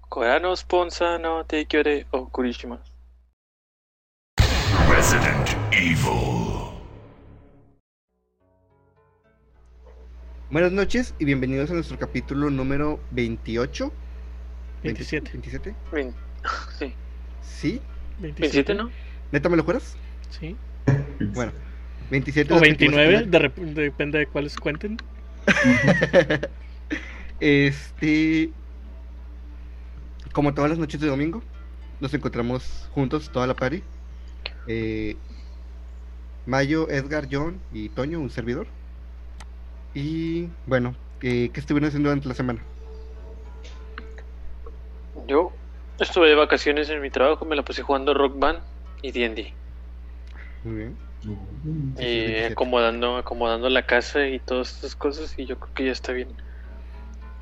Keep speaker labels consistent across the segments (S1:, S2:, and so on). S1: Koranos Ponza no te quiere o Kurishima.
S2: Resident Evil.
S3: Buenas noches y bienvenidos a nuestro capítulo número 28.
S4: 27.
S3: 27.
S1: Vein- Sí.
S3: ¿Sí?
S1: 27, ¿no?
S3: ¿Neta me lo juras?
S4: Sí.
S3: Bueno, 27.
S4: O
S3: es la que tuvimos
S4: 29,
S3: que
S4: de rep- depende de cuáles cuenten.
S3: ver. este. Como todas las noches de domingo, nos encontramos juntos, toda la party. Eh, Mayo, Edgar, John y Toño, un servidor. Y bueno, eh, ¿qué estuvieron haciendo durante la semana?
S1: Yo estuve de vacaciones en mi trabajo, me la pasé jugando Rock Band y D&D.
S3: Muy bien. Sí, sí,
S1: Y
S3: 27.
S1: acomodando, acomodando la casa y todas estas cosas y yo creo que ya está bien.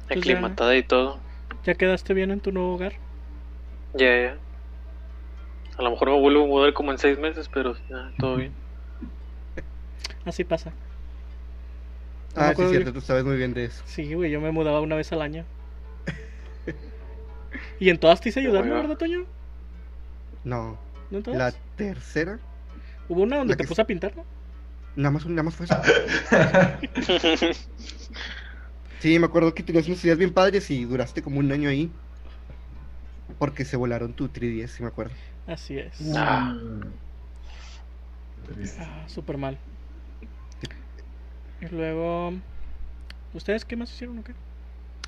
S4: ya.
S1: Aclimatada y todo.
S4: ¿Ya quedaste bien en tu nuevo hogar?
S1: Ya, ya. A lo mejor me vuelvo a mudar como en seis meses, pero ya, todo bien.
S4: Así pasa.
S3: Ah, sí,
S4: acuerdo
S3: cierto, tú sabes muy bien de eso.
S4: Sí, güey, yo me mudaba una vez al año. Y en todas te hice ayudar, ¿no,
S1: Oiga.
S4: verdad, Toño?
S3: No,
S4: ¿No en todas?
S3: la tercera,
S4: Hubo una donde
S3: la
S4: te
S3: que-
S4: puse a pintar, ¿no?
S3: nada más, nada más fue eso. Sí, me acuerdo que tenías unos días bien padres y duraste como un año ahí. Porque se volaron tu 3DS, si me acuerdo.
S4: Así es.
S1: Ah.
S2: Triste.
S4: Ah, súper mal. Y luego... ¿Ustedes qué más hicieron o qué?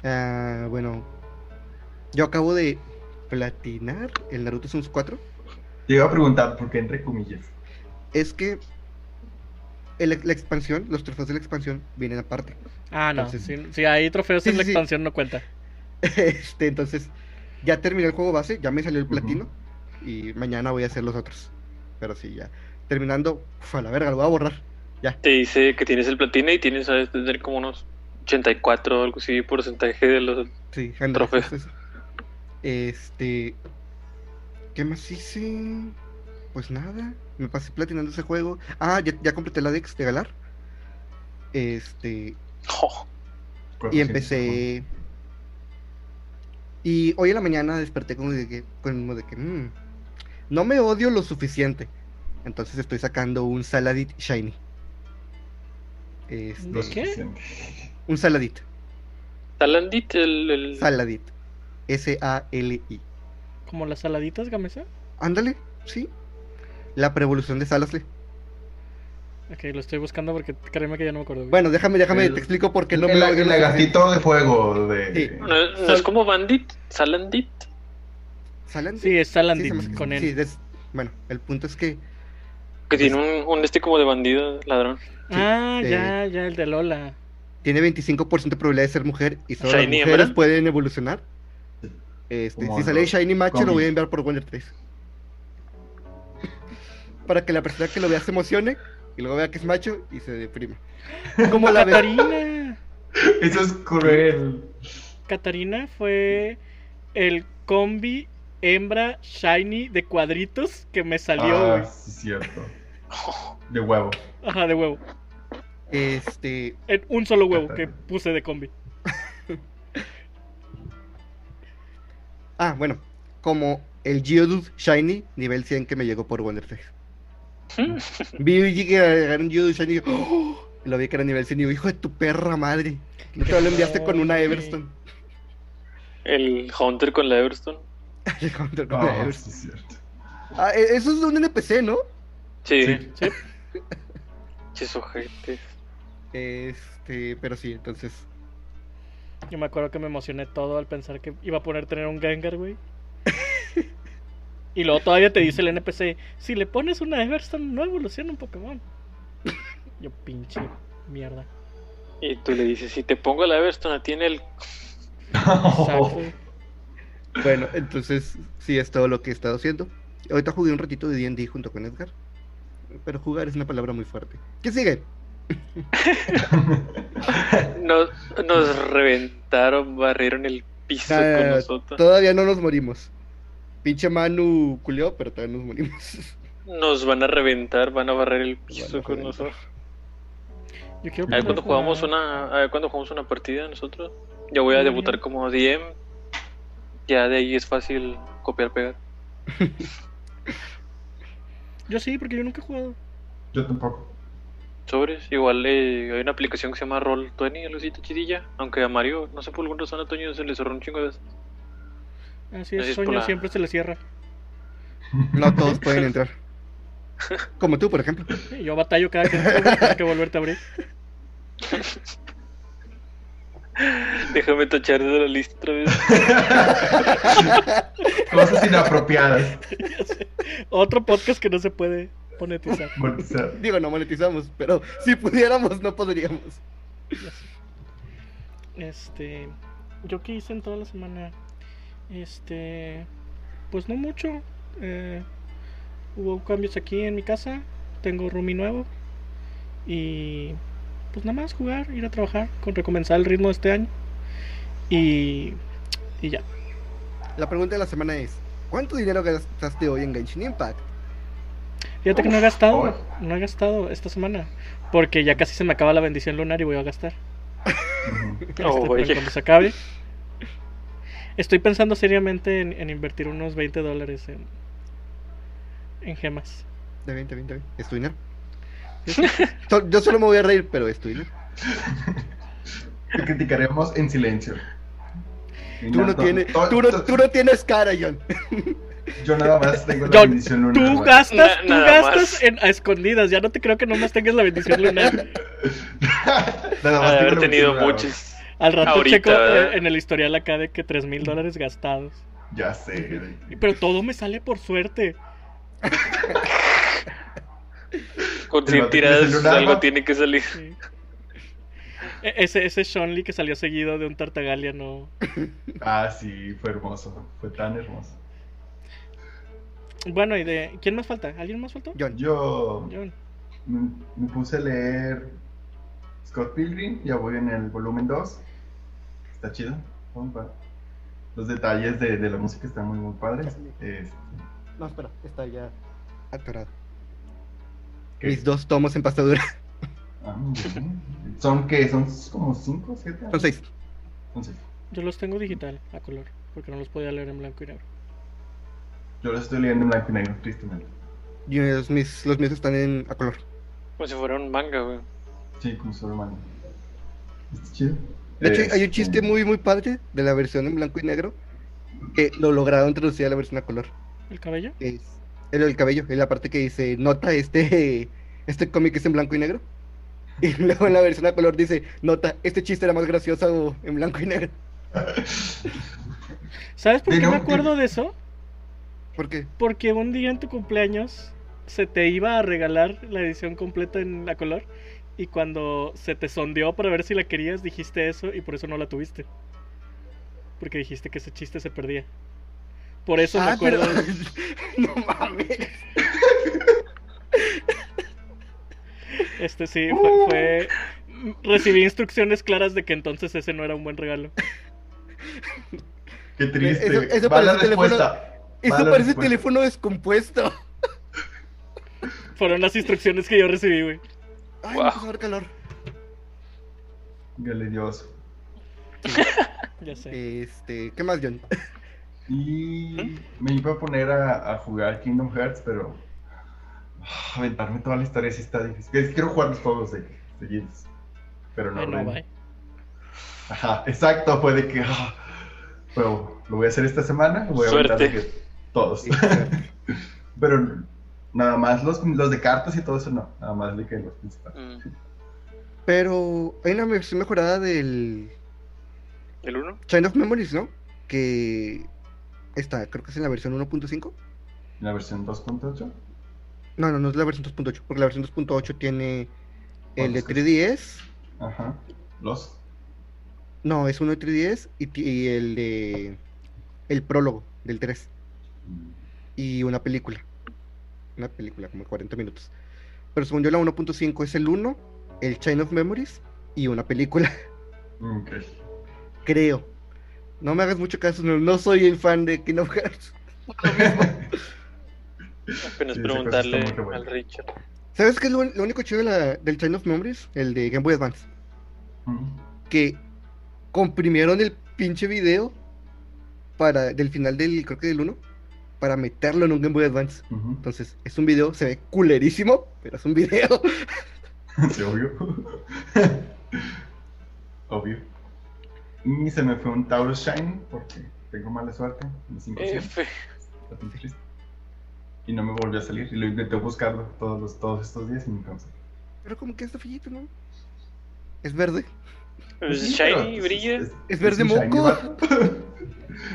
S3: Ah, bueno, yo acabo de platinar el Naruto Suns 4.
S2: Te iba a preguntar por qué entre comillas.
S3: Es que el- la expansión, los trofeos de la expansión vienen aparte.
S4: Ah, no. Si
S3: Entonces-
S4: sí, sí, hay trofeos
S3: Sí,
S4: en la
S3: sí, sí.
S4: expansión, no cuenta.
S3: Este, entonces, ya terminé el juego base, ya me salió el
S2: Ujú.
S3: platino. Y mañana voy a hacer los otros. Pero sí, ya. Terminando, uf, a la verga, lo voy a borrar. Ya.
S1: Te dice que tienes el platino y tienes a tener como unos 84 o algo así porcentaje de los...
S3: Sí, ándale,
S1: Trofeo.
S3: justo eso. Este. ¿Qué más hice? Pues nada. Me pasé platinando ese juego. Ah, ya, ya completé la Dex de Galar. Este.
S1: Oh,
S3: Y empecé. Y hoy en la mañana desperté como de que. Como de que "Mm, no me odio lo suficiente. Entonces estoy sacando un Saladit Shiny. Este,
S2: Lo
S4: ¿De qué?
S2: suficiente.
S3: un Saladit.
S1: Talandit, el... el-
S3: Saladit. S-A-L-I.
S4: ¿Como las saladitas, Gamesa?
S3: Ándale, sí. La prevolución de Salasle.
S4: Ok, lo estoy buscando porque créeme que ya no me acuerdo. güey.
S3: Bueno, déjame, déjame,
S2: El-
S3: te explico por qué no me
S2: el,
S3: lo
S2: el lagartito de fuego de.
S3: Sí.
S1: No, no es como Bandit, Salandit.
S3: ¿Salandit?
S4: Sí, es Salandit
S3: se me hace que
S4: con
S3: sí.
S4: él.
S3: Sí, des- Bueno, el punto es que.
S1: Que tiene un, un este como de bandido, ladrón.
S4: Ah,
S3: Sí,
S4: ya, ya, el de Lola.
S3: tiene 25% de probabilidad de ser mujer y solo
S1: Shiny,
S3: las mujeres
S1: ¿verdad?
S3: pueden evolucionar. Este,
S2: Como
S3: si sale
S2: los
S3: Shiny Macho, lo voy
S2: cómics.
S3: a enviar por Wonder 3. Para que la persona que lo vea se emocione y luego vea que es macho y se deprima. Como la vez.
S4: Catarina.
S2: Eso es cruel.
S4: Catarina fue el combi hembra shiny de cuadritos que me salió,
S2: Ah,
S4: güey.
S2: sí, cierto. De huevo.
S4: Ajá, de huevo.
S3: Este.
S4: En un solo huevo que puse de combi.
S3: Ah, bueno. Como el Geodude Shiny, nivel 100 que me llegó por Wonder 3. Vi vi que agregaron un Geodude Shiny y dije, "Oh", lo vi que era nivel 100 y digo, hijo de tu perra madre. No te lo enviaste con una Everstone.
S1: El Hunter con la Everstone.
S3: Con una
S2: Ah,
S3: Everstone.
S2: sí, cierto.
S3: Ah, e- eso es de un NPC, ¿no?
S1: Sí,
S2: Sí.
S4: Sí.
S1: chis ojetes.
S3: Este, pero sí, entonces.
S4: Yo me acuerdo que me emocioné todo al pensar que iba a poner tener un Gengar, güey. Y luego todavía te dice el NPC, si le pones una Everstone no evoluciona un Pokémon. Yo pinche mierda.
S1: Y tú le dices, si te pongo la Everstone, tiene el...
S4: Exacto.
S3: Bueno, entonces sí es todo lo que he estado haciendo. Ahorita jugué un ratito de D&D junto con Edgar. Pero jugar es una palabra muy fuerte. ¿Qué sigue?
S1: Nos, nos reventaron, barrieron el piso
S3: Ah,
S1: con nosotros.
S3: Todavía no nos morimos. Pinche Manu culió, pero todavía nos morimos.
S1: Nos van a reventar, van a barrer el piso
S3: Van a
S1: con
S3: reventar.
S1: nosotros.
S4: Yo quiero
S1: A ver
S4: poner
S1: cuando
S4: a
S1: jugamos
S4: jugar-
S3: Mm.
S1: una, a ver cuando jugamos una partida nosotros. Yo voy a
S4: Muy
S1: debutar
S4: bien.
S1: como DM. Ya de ahí es fácil copiar, pegar.
S4: Yo sí, porque yo nunca he jugado.
S2: Yo tampoco.
S1: Sobres, igual eh, hay una aplicación que se llama Roll20, Lucita Chidilla. Aunque a Mario, no sé por alguna razón, a Toño se le cerró un chingo de veces.
S4: Así
S1: Así
S4: es,
S1: es por
S4: Soño
S1: la-
S4: siempre se le cierra.
S3: No todos pueden entrar. Como tú, por ejemplo.
S4: Sí, Yo batallo cada que entro, güey, tengo que volverte a abrir.
S1: Déjame tachar de la lista otra vez.
S2: Cosas inapropiadas.
S4: Otro podcast que no se puede monetizar.
S2: Bueno, o sea,
S3: Digo, no monetizamos, pero si pudiéramos, no podríamos.
S4: Este. ¿Yo qué hice en toda la semana? Este. Pues no mucho. Eh, hubo cambios aquí en mi casa. Tengo roomie nuevo. Y. Pues nada más jugar, ir a trabajar, con recomenzar el ritmo de este año. Y. Y ya.
S3: La pregunta de la semana es: ¿Cuánto dinero gastaste hoy en Genshin Impact?
S4: Fíjate que no he gastado.
S2: hoy.
S4: No he gastado esta semana. Porque ya casi se me acaba la bendición lunar y voy a gastar.
S2: ujú.
S4: Este,
S1: Oh,
S4: para
S1: vaya.
S4: cuando se acabe. Estoy pensando seriamente en, en invertir unos 20 dólares en, en gemas.
S3: De 20, 20, 20. ¿Es tu dinero? So- Yo solo me voy a reír, pero es tu dinero.
S2: Te criticaremos en silencio. Y
S3: Tú no,
S2: nada, to-
S3: tienes,
S2: to-
S3: tú, no,
S2: to-
S3: tú no tienes cara, John.
S2: Yo nada más tengo la
S4: John,
S2: bendición lunar.
S4: Tú
S2: güey.
S4: gastas,
S1: Na-
S4: tú
S1: nada
S4: gastas
S1: más.
S4: en, a escondidas. Ya no te creo que nomás tengas la bendición lunar.
S1: Ha de
S2: Nada más tengo
S1: haber tenido
S2: la bendición lunar,
S1: muchas.
S4: Al rato
S1: Ahorita,
S4: checo
S1: ¿verdad?
S4: eh, en el historial acá de que 3 mil dólares gastados.
S2: güey. Ya sé. güey.
S4: Pero todo me sale por suerte.
S1: Con
S2: Pero
S1: 100
S2: no tienes
S1: tiradas
S2: celular,
S1: algo
S2: ¿no?
S1: tiene que salir.
S4: sí. E- Ese, ese Sean Lee que salió seguido de un Tartagalia no.
S2: Ah, sí, fue hermoso. Fue tan hermoso.
S4: Bueno, ¿y de quién más falta? ¿Alguien más faltó?
S3: John,
S2: Yo
S4: John.
S2: me, me puse a leer Scott Pilgrim, ya voy en el volumen 2. Está chido. Vamos pa- Los detalles de, de la música están muy, muy padres. Este,
S3: no, espera, está ya atorado.
S2: ¿qué?
S3: Mis dos tomos en pastadura.
S2: Ah, muy bien. ¿Son qué? ¿Son como 5 o 7?
S3: Son seis.
S2: Son seis.
S4: Yo los tengo digital, a color, porque no los podía leer en blanco y negro.
S2: Yo los estoy leyendo en blanco y negro, tristemente.
S3: Y los mis, los míos están en a color.
S1: Como si fuera un manga, güey.
S2: Sí, como su hermano. Está chido.
S3: De hecho, hay
S2: Este,
S3: un chiste muy, muy padre de la versión en blanco y negro que lo lograron traducir a la versión a color.
S4: ¿El cabello?
S3: que Es el del cabello, es la parte que dice, nota, este, este cómic es en blanco y negro. Y luego en la versión a color dice, nota, este chiste era más gracioso en blanco y negro.
S4: ¿Sabes por
S2: Sí,
S4: qué
S2: no,
S4: me acuerdo de eso?
S3: ¿Por qué?
S4: Porque un día en tu cumpleaños se te iba a regalar la edición completa en la color y cuando se te sondeó para ver si la querías dijiste eso y por eso no la tuviste. Porque dijiste que ese chiste se perdía. Por eso me
S3: Ah, pero...
S4: acuerdo.
S3: no mames.
S4: Este sí, fue, fue- Recibí instrucciones claras de que entonces ese no era un buen regalo.
S2: Qué triste.
S3: Eso-
S2: Eso,
S3: eso
S2: Va la
S3: parece teléfono-
S2: respuesta.
S3: Eso
S2: Mala
S3: parece
S2: respuesta.
S3: teléfono descompuesto.
S4: Fueron las instrucciones que yo recibí, güey.
S3: Ay,
S1: Wow.
S3: me empezó a dar calor.
S2: Galerioso.
S4: Ya sé.
S3: Este, ¿qué más, John?
S4: ¿Mm?
S2: Y me iba a poner a, a jugar Kingdom Hearts, pero ah, aventarme toda la historia sí está difícil. Es que Quiero jugarlos todos de, seguidos. Pero no.
S4: Ay, no,
S2: orden.
S4: bye.
S2: Ajá, exacto, fue de que. ah, bueno, lo voy a hacer esta semana. Voy a aventar
S1: Suerte.
S2: de que todos.
S3: Este,
S2: Pero nada más los, los de cartas y todo eso no. Nada más de que los
S1: Mm.
S2: principales.
S3: pero hay una versión mejorada del
S1: ¿El 1?
S3: Chain of Memories, ¿no? Que está, creo que es en la versión 1.5.
S2: La versión 2.8.
S3: No, no, no es la versión 2.8, porque la versión 2.8 tiene el de
S2: ¿Cuántos?
S3: 3DS.
S2: Ajá. Los.
S3: No, es uno de 3DS y, ti- y el de. El prólogo del 3. Y una película. Una película, como de 40 minutos. Pero según yo, la 1.5 es el 1, el Chain of Memories y una película,
S2: mm, Ok.
S3: creo. No me hagas mucho caso, no, no soy el fan de Kingdom Hearts.
S1: Apenas
S2: Sí, esa cosa
S1: preguntarle
S2: está muy buena.
S1: al Richard.
S3: ¿Sabes qué es lo, lo único chido de la- del Chain of Memories? El de Game Boy Advance.
S2: Mm.
S3: que comprimieron el pinche video para, del final del, creo que del 1, para meterlo en un Game Boy Advance.
S2: Ujú.
S3: Entonces, es un video, se ve culerísimo, pero es un video.
S2: Sí, obvio. obvio. Y se me fue un Taurus Shine porque tengo mala suerte. mi 500,
S1: F.
S2: está bien triste. Y no me volvió a salir. Y lo intenté buscarlo todos, los, todos estos días y nunca me salió.
S3: Pero como que es rojito, ¿no? Es verde.
S2: Pues sí, pero,
S1: Shiny,
S2: pues,
S1: brilla.
S3: Es verde
S2: un shiny,
S3: moco.
S2: vato.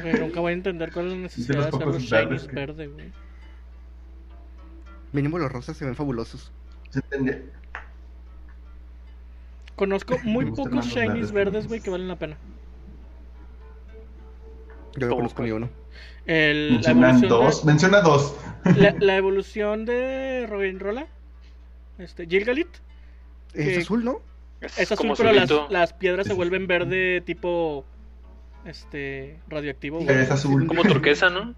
S4: Güey, nunca voy a entender cuál es la necesidad de hacer
S2: pocos
S4: los
S2: verdes
S4: shinies
S2: que-
S4: verde, güey.
S3: Mínimo los rosas se ven fabulosos.
S2: Yo entendía.
S4: Conozco muy
S2: Me gustan
S4: pocos
S2: más los verdes
S4: shinies
S2: que
S4: verdes,
S2: los-
S4: güey, que valen la pena.
S3: Yo no
S1: Como
S3: conozco
S1: cual.
S3: ni uno.
S4: El, la,
S2: Mencionan
S4: evolución
S2: dos.
S4: de,
S2: Menciona dos.
S4: la, la evolución de Robin Rola, este, Gilgalit,
S3: Es
S4: Eh,
S3: azul, ¿no?
S4: es azul,
S1: como
S4: pero las,
S1: azulito.
S4: las piedras
S2: Sí,
S4: se
S2: sí.
S4: vuelven verde tipo este radioactivo,
S2: que
S4: güey.
S2: Es azul.
S1: Como turquesa, ¿no?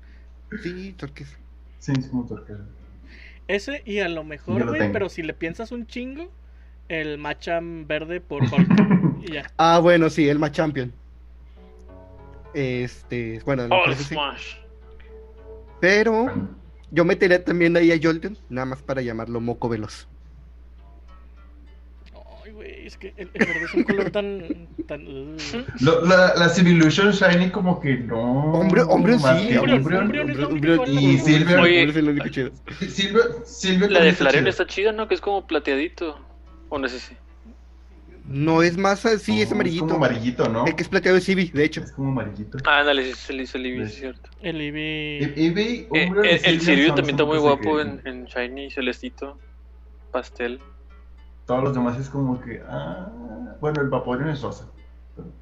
S3: Sí, turquesa.
S2: Sí, es como turquesa.
S4: Ese y a lo
S2: Yo
S4: mejor,
S2: lo
S4: güey,
S2: tengo.
S4: pero si le piensas un chingo, el Macham verde por Hulk. y ya.
S3: Ah, bueno, sí, el más champion. Este, bueno, no
S1: Oh,
S3: parece, sí.
S1: smash.
S3: pero yo metería también ahí a Jolten, nada más para llamarlo moco veloz.
S4: Ay, güey, es que el, el verde es un color tan. tan uh.
S2: Lo- la, la Civilization Shiny como que no.
S3: Hombre- Hombre,
S2: más
S3: sí,
S2: que
S4: Umbreon,
S2: Umbreon.
S4: Umbreon es la única
S3: Umbreon
S4: con la
S2: y
S4: que-
S1: Oye.
S2: Silver.
S3: Umbreon es el único chido.
S2: Sí, Silvio, Silvio
S1: La de
S2: también está
S1: Flareon
S2: chido.
S1: está chida, ¿no? Que es como plateadito. O no sé si.
S3: No es más así, es
S2: No,
S3: amarillito.
S2: Es como amarillito, ¿no?
S3: El que es plateado es Eevee, de hecho.
S2: Es como amarillito.
S1: Ah, ándale, sí, se le hizo el Eevee, es
S2: Sí.
S1: cierto.
S4: El Eevee.
S2: E- Eevee,
S1: Eh,
S2: Umbreon y
S1: eh, el
S2: Silvio
S1: Sirius
S2: son
S1: también está muy
S2: los únicos
S1: guapo
S2: que-
S1: en, en Shiny, celestito, pastel.
S2: Todos los demás es como que. Ah, bueno, el Vaporeon es rosa.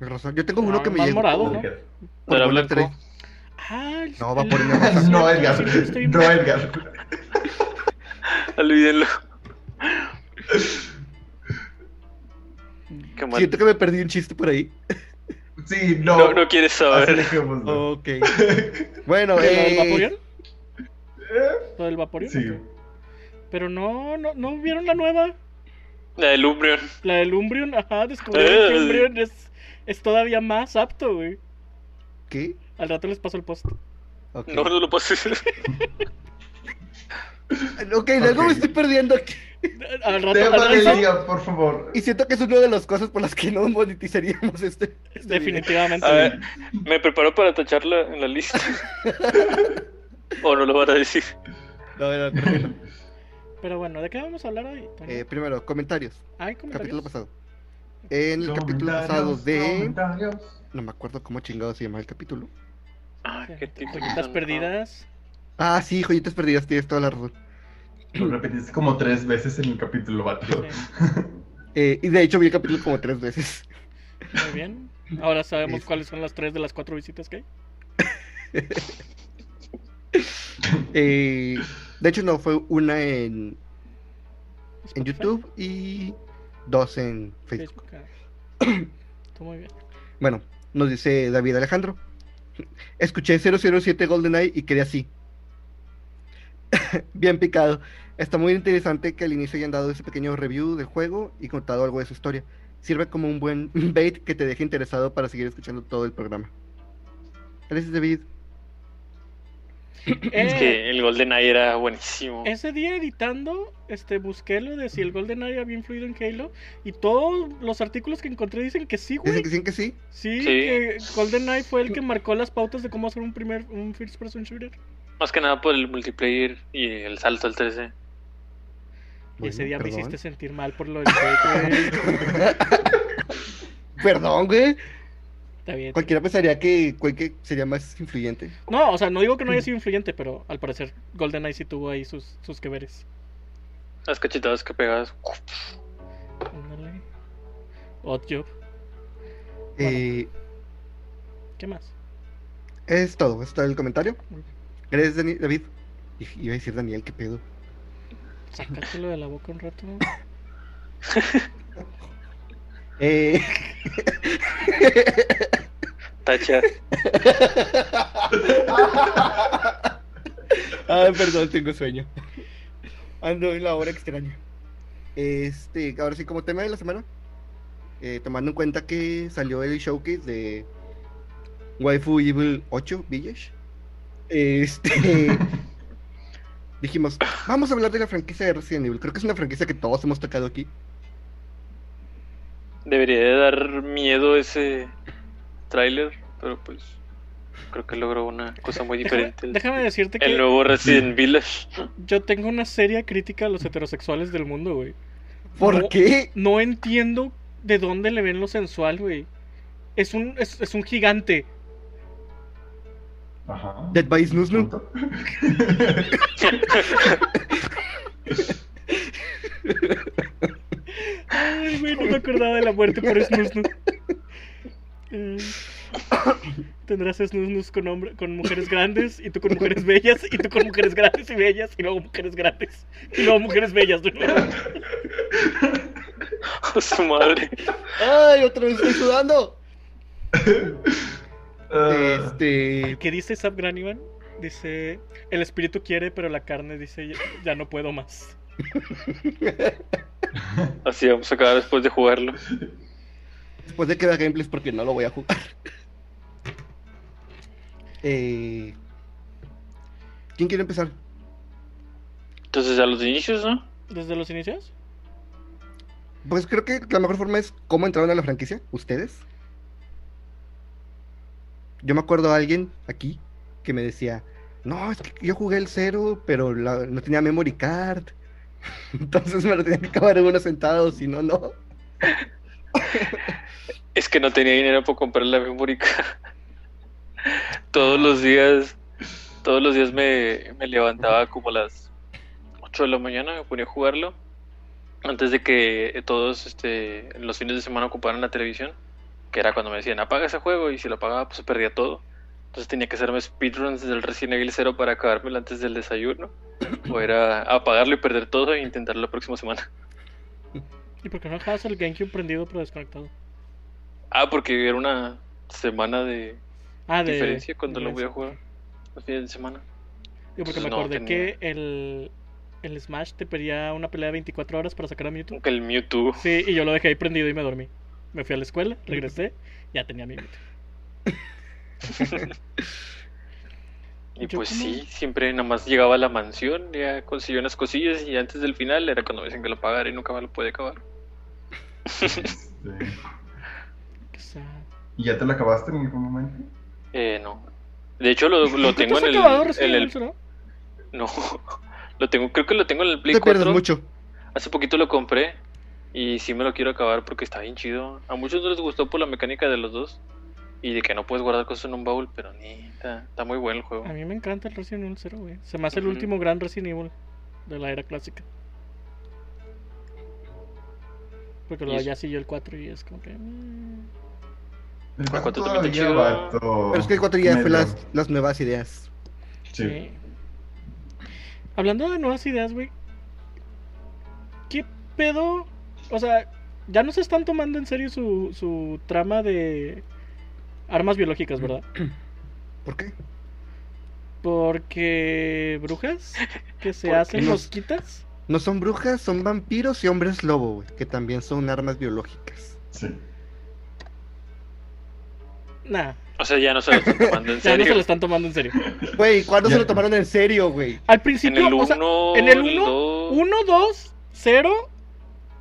S3: Rosa. Yo tengo
S4: No,
S3: uno que me
S4: más
S3: llegó.
S1: ¿Ah,
S4: morado,
S3: como
S4: ¿no?
S2: Edgar.
S3: por
S1: Era
S3: bola
S1: blanco.
S3: tres.
S4: Ah, el-
S3: No, va
S4: el-
S3: por una rosa.
S2: No,
S4: el-
S2: Edgar.
S4: el- estoy-
S2: No, Edgar.
S1: Olvídenlo. Qué mal.
S3: Siento que me perdí un chiste por ahí.
S2: Sí,
S1: No,
S2: no.
S1: no quieres
S2: Así
S1: saber.
S2: dejémoslo.
S3: Ok. Bueno,
S4: ¿Lo del
S3: eh,
S4: Vaporeon?
S2: Eh,
S4: ¿Lo del Vaporeon?
S2: Sí.
S4: Ok. Pero no, no, no vieron la nueva.
S1: La del Umbreon.
S4: La del Umbreon, ajá, descubrieron que
S1: Eh.
S4: Umbreon es, es todavía más apto, güey.
S3: ¿qué?
S4: Al rato les paso el post.
S3: Ok,
S1: No, no lo pases.
S3: Ok, de algo
S2: Ok.
S3: me estoy perdiendo aquí.
S4: Al rato, al
S2: Tema
S4: rato-
S2: del día, por favor.
S3: Y siento que es una de las cosas por las que no monetizaríamos este. este video.
S4: definitivamente.
S1: A ver, me preparo para tacharla en la lista. o no lo van a decir.
S3: No, no, creo que no.
S4: Pero bueno, ¿de qué vamos a hablar hoy? Toño?
S3: Eh, primero, comentarios.
S4: ¿Hay comentarios?
S3: Capítulo pasado. En el capítulo pasado
S2: Comentarios,
S3: de.
S2: comentarios.
S3: No me acuerdo cómo chingado se llama el capítulo.
S1: Ay, Ah, qué tipo.
S4: Joyitas Ah, perdidas.
S3: Ah, sí, joyitas perdidas, tienes toda la razón.
S2: Lo repetiste como tres veces en el capítulo, vato.
S4: sí,
S3: Eh, y de hecho vi el capítulo como tres veces.
S4: muy bien. Ahora sabemos
S3: Sí.
S4: cuáles son las tres de las cuatro visitas que hay.
S3: Eh, de hecho, no, fue una en, en
S4: Spotify,
S3: YouTube y dos en Facebook.
S4: Facebook. ah. Tú muy bien.
S3: Bueno, nos dice David Alejandro. Escuché 007 GoldenEye y quedé así. Bien picado. Está muy interesante que al inicio hayan dado ese pequeño review del juego y contado algo de su historia. Sirve como un buen bait que te deje interesado para seguir escuchando todo el programa. Gracias, David.
S1: Es
S4: Eh,
S1: que el Golden Eye era buenísimo.
S4: Ese día editando, este, busqué lo de si el GoldenEye había influido en Halo y todos los artículos que encontré dicen que sí,
S3: Dicen
S4: güey.
S3: que sí, que sí.
S4: Sí,
S1: Sí.
S4: que GoldenEye fue el que marcó las pautas de cómo hacer un primer un first person shooter.
S1: Más que nada por el multiplayer y el salto al 13.
S4: y ese
S3: Bueno,
S4: día me
S3: perdón.
S4: hiciste sentir mal por lo del fake, güey.
S3: Perdón, güey.
S4: Está bien.
S3: Cualquiera pensaría que Quake sería más influyente.
S4: No, o sea, no digo que no haya sido influyente, pero al parecer GoldenEye sí tuvo ahí sus, sus que veres.
S1: Las cachetadas que pegabas.
S4: Ándale. Odd job.
S3: Eh,
S4: ¿Qué más?
S3: es todo. Es todo el comentario.
S4: Muy
S3: Gracias, Dani- David. Dije- Iba a decir Daniel, qué pedo.
S4: Sácatelo de la boca un rato.
S3: Eh,
S1: Tacha.
S3: Ay, Ah, perdón, tengo sueño. Ando en la hora extraña. Este, ahora sí, como tema de la semana, eh, tomando en cuenta que salió el showcase de Waifu Evil 8 Village. Este. dijimos, vamos a hablar de la franquicia de Resident Evil. Creo que es una franquicia que todos hemos tocado aquí.
S1: Debería de dar miedo ese tráiler, pero pues creo que logró una cosa muy diferente. El,
S4: Déjame decirte
S1: el
S4: que
S1: nuevo Resident Village.
S4: yo tengo una seria crítica a los heterosexuales del mundo, güey.
S3: Mm. ¿Por
S4: No.
S3: qué?
S4: No entiendo de dónde le ven lo sensual, güey. Es un, es, es un gigante.
S2: Ajá.
S3: Dead by Snusnu.
S2: Punto.
S4: Ay, güey, no me acordaba de la muerte por Snusnus. Tendrás Snusnus con, hombre- con mujeres grandes, y tú con mujeres bellas, y tú con mujeres grandes y bellas, y luego mujeres grandes, y luego mujeres bellas. de nuevo.
S1: Su madre.
S3: ¡Ay, otra vez estoy sudando!
S2: Ah,
S3: Este.
S4: ¿Qué dice Sab Granivan? Dice: El espíritu quiere, pero la carne dice: "Ya- Ya no puedo más.
S1: Así vamos a acabar después de jugarlo.
S3: Después Pues de que vea gameplays porque no lo voy a jugar. Eh, ¿Quién quiere empezar?
S1: Entonces a los inicios, ¿no?
S4: ¿Desde los inicios?
S3: Pues creo que la mejor forma es cómo entraron a la franquicia, ustedes. Yo me acuerdo a alguien aquí que me decía, no, es que yo jugué el cero, pero la- no tenía memory card. Entonces me lo tenía que acabar en uno sentado, si no, no.
S1: Es que no tenía dinero para comprar la memory card. Todos los días, todos los días me, me levantaba como a las 8 de la mañana, me ponía a jugarlo. Antes de que todos este, los fines de semana ocuparan la televisión, que era cuando me decían apaga ese juego y si lo apagaba pues se perdía todo. Entonces tenía que hacerme speedruns del Resident Evil 0 para acabármelo antes del desayuno. O era apagarlo y perder todo e intentarlo la próxima semana.
S4: ¿Y por qué no dejabas el GameCube prendido pero desconectado?
S1: Ah, porque era una semana de
S4: Ah, de.
S1: diferencia cuando
S4: de
S1: lo
S4: mes.
S1: voy a jugar los fines de semana.
S4: Digo, porque me
S1: Entonces, no,
S4: acordé
S1: tenía-
S4: que el, el Smash te pedía una pelea de 24 horas para sacar a Mewtwo.
S1: Nunca el Mewtwo.
S4: Sí, y yo lo dejé ahí prendido y me dormí. Me fui a la escuela, regresé, ya tenía mi Mewtwo.
S1: Y
S4: Yo
S1: pues
S4: como-
S1: sí, siempre nada más llegaba a la mansión, ya consiguió unas cosillas y antes del final era cuando me dicen que lo pagara y nunca me lo puede acabar.
S2: este,
S4: Qué sad.
S2: ¿Y ya te lo acabaste en algún momento?
S1: Eh, no. De hecho, lo, lo
S4: ¿Tú te
S1: tengo
S4: has
S1: en el,
S4: acabado
S1: en
S4: recién
S1: el-
S4: el Ultra?
S1: No. Lo tengo, creo que lo tengo en el Play
S3: Te pierdes
S1: 4.
S3: mucho.
S1: Hace poquito lo compré y sí me lo quiero acabar porque está bien chido. A muchos no les gustó por la mecánica de los dos y de que no puedes guardar cosas en un baúl, pero ni está, está muy bueno el juego.
S4: A mí me encanta el Resident Evil 0, güey. Se me hace el
S1: Ujú.
S4: último gran Resident Evil de la era clásica. Porque
S1: Y
S4: luego
S1: es-
S4: ya siguió el 4 y es como que. mm.
S2: El
S1: cuatro
S2: cuatro
S1: también está
S2: todavía,
S1: chido.
S2: vato.
S3: Pero es que el 4 ya fue
S2: Medio.
S3: las, las nuevas ideas.
S2: Sí.
S4: Sí. Hablando de nuevas ideas, güey. ¿Qué pedo? O sea, ya no se están tomando en serio su, su trama de armas biológicas, ¿verdad?
S3: ¿Por qué?
S4: Porque brujas que se
S1: ¿Por qué
S4: hacen
S3: no?
S4: mosquitas.
S3: No son brujas, son vampiros y hombres lobo, güey, que también son armas biológicas.
S2: Sí.
S4: Nah,
S1: O sea, ya no se lo están tomando en
S4: ya no se
S1: serio.
S4: lo están tomando en serio.
S3: Güey, ¿cuándo
S2: Ya.
S3: se lo tomaron en serio, güey?
S4: Al
S1: En
S4: principio,
S1: el 1,
S4: o sea, en
S1: en
S4: el
S1: el
S4: uno,
S1: 2.
S4: 1, 2, 0,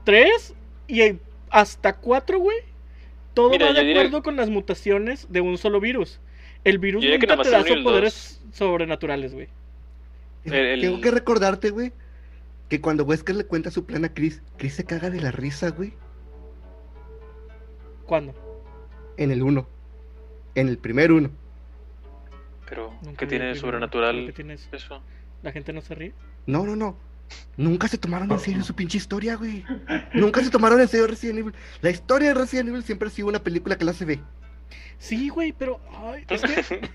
S4: 3 y el- hasta 4, güey. Todo
S1: Mira,
S4: va
S1: yo
S4: de
S1: diría-
S4: acuerdo con las mutaciones de un solo virus. El virus
S1: Yo diría que
S4: nunca
S1: nomás
S4: te da
S1: el uno y el
S4: poderes sobrenaturales, güey.
S1: El- el-
S3: Tengo que recordarte, güey, que cuando Wesker le cuenta su plan a Chris, Chris se caga de la risa, güey,
S4: ¿Cuándo?
S3: en el 1. En el primer uno.
S1: Pero,
S4: Nunca
S1: ¿qué
S4: vi
S1: tiene de
S4: el primer-
S1: sobrenatural
S4: ¿Qué tiene eso?
S1: eso?
S4: ¿La gente no se ríe?
S3: No, no, no. Nunca se tomaron en serio su pinche historia, güey. Nunca se tomaron en serio Resident Evil. La historia de Resident Evil siempre ha sido una película que la se ve.
S4: Sí, güey, pero... ay, es que...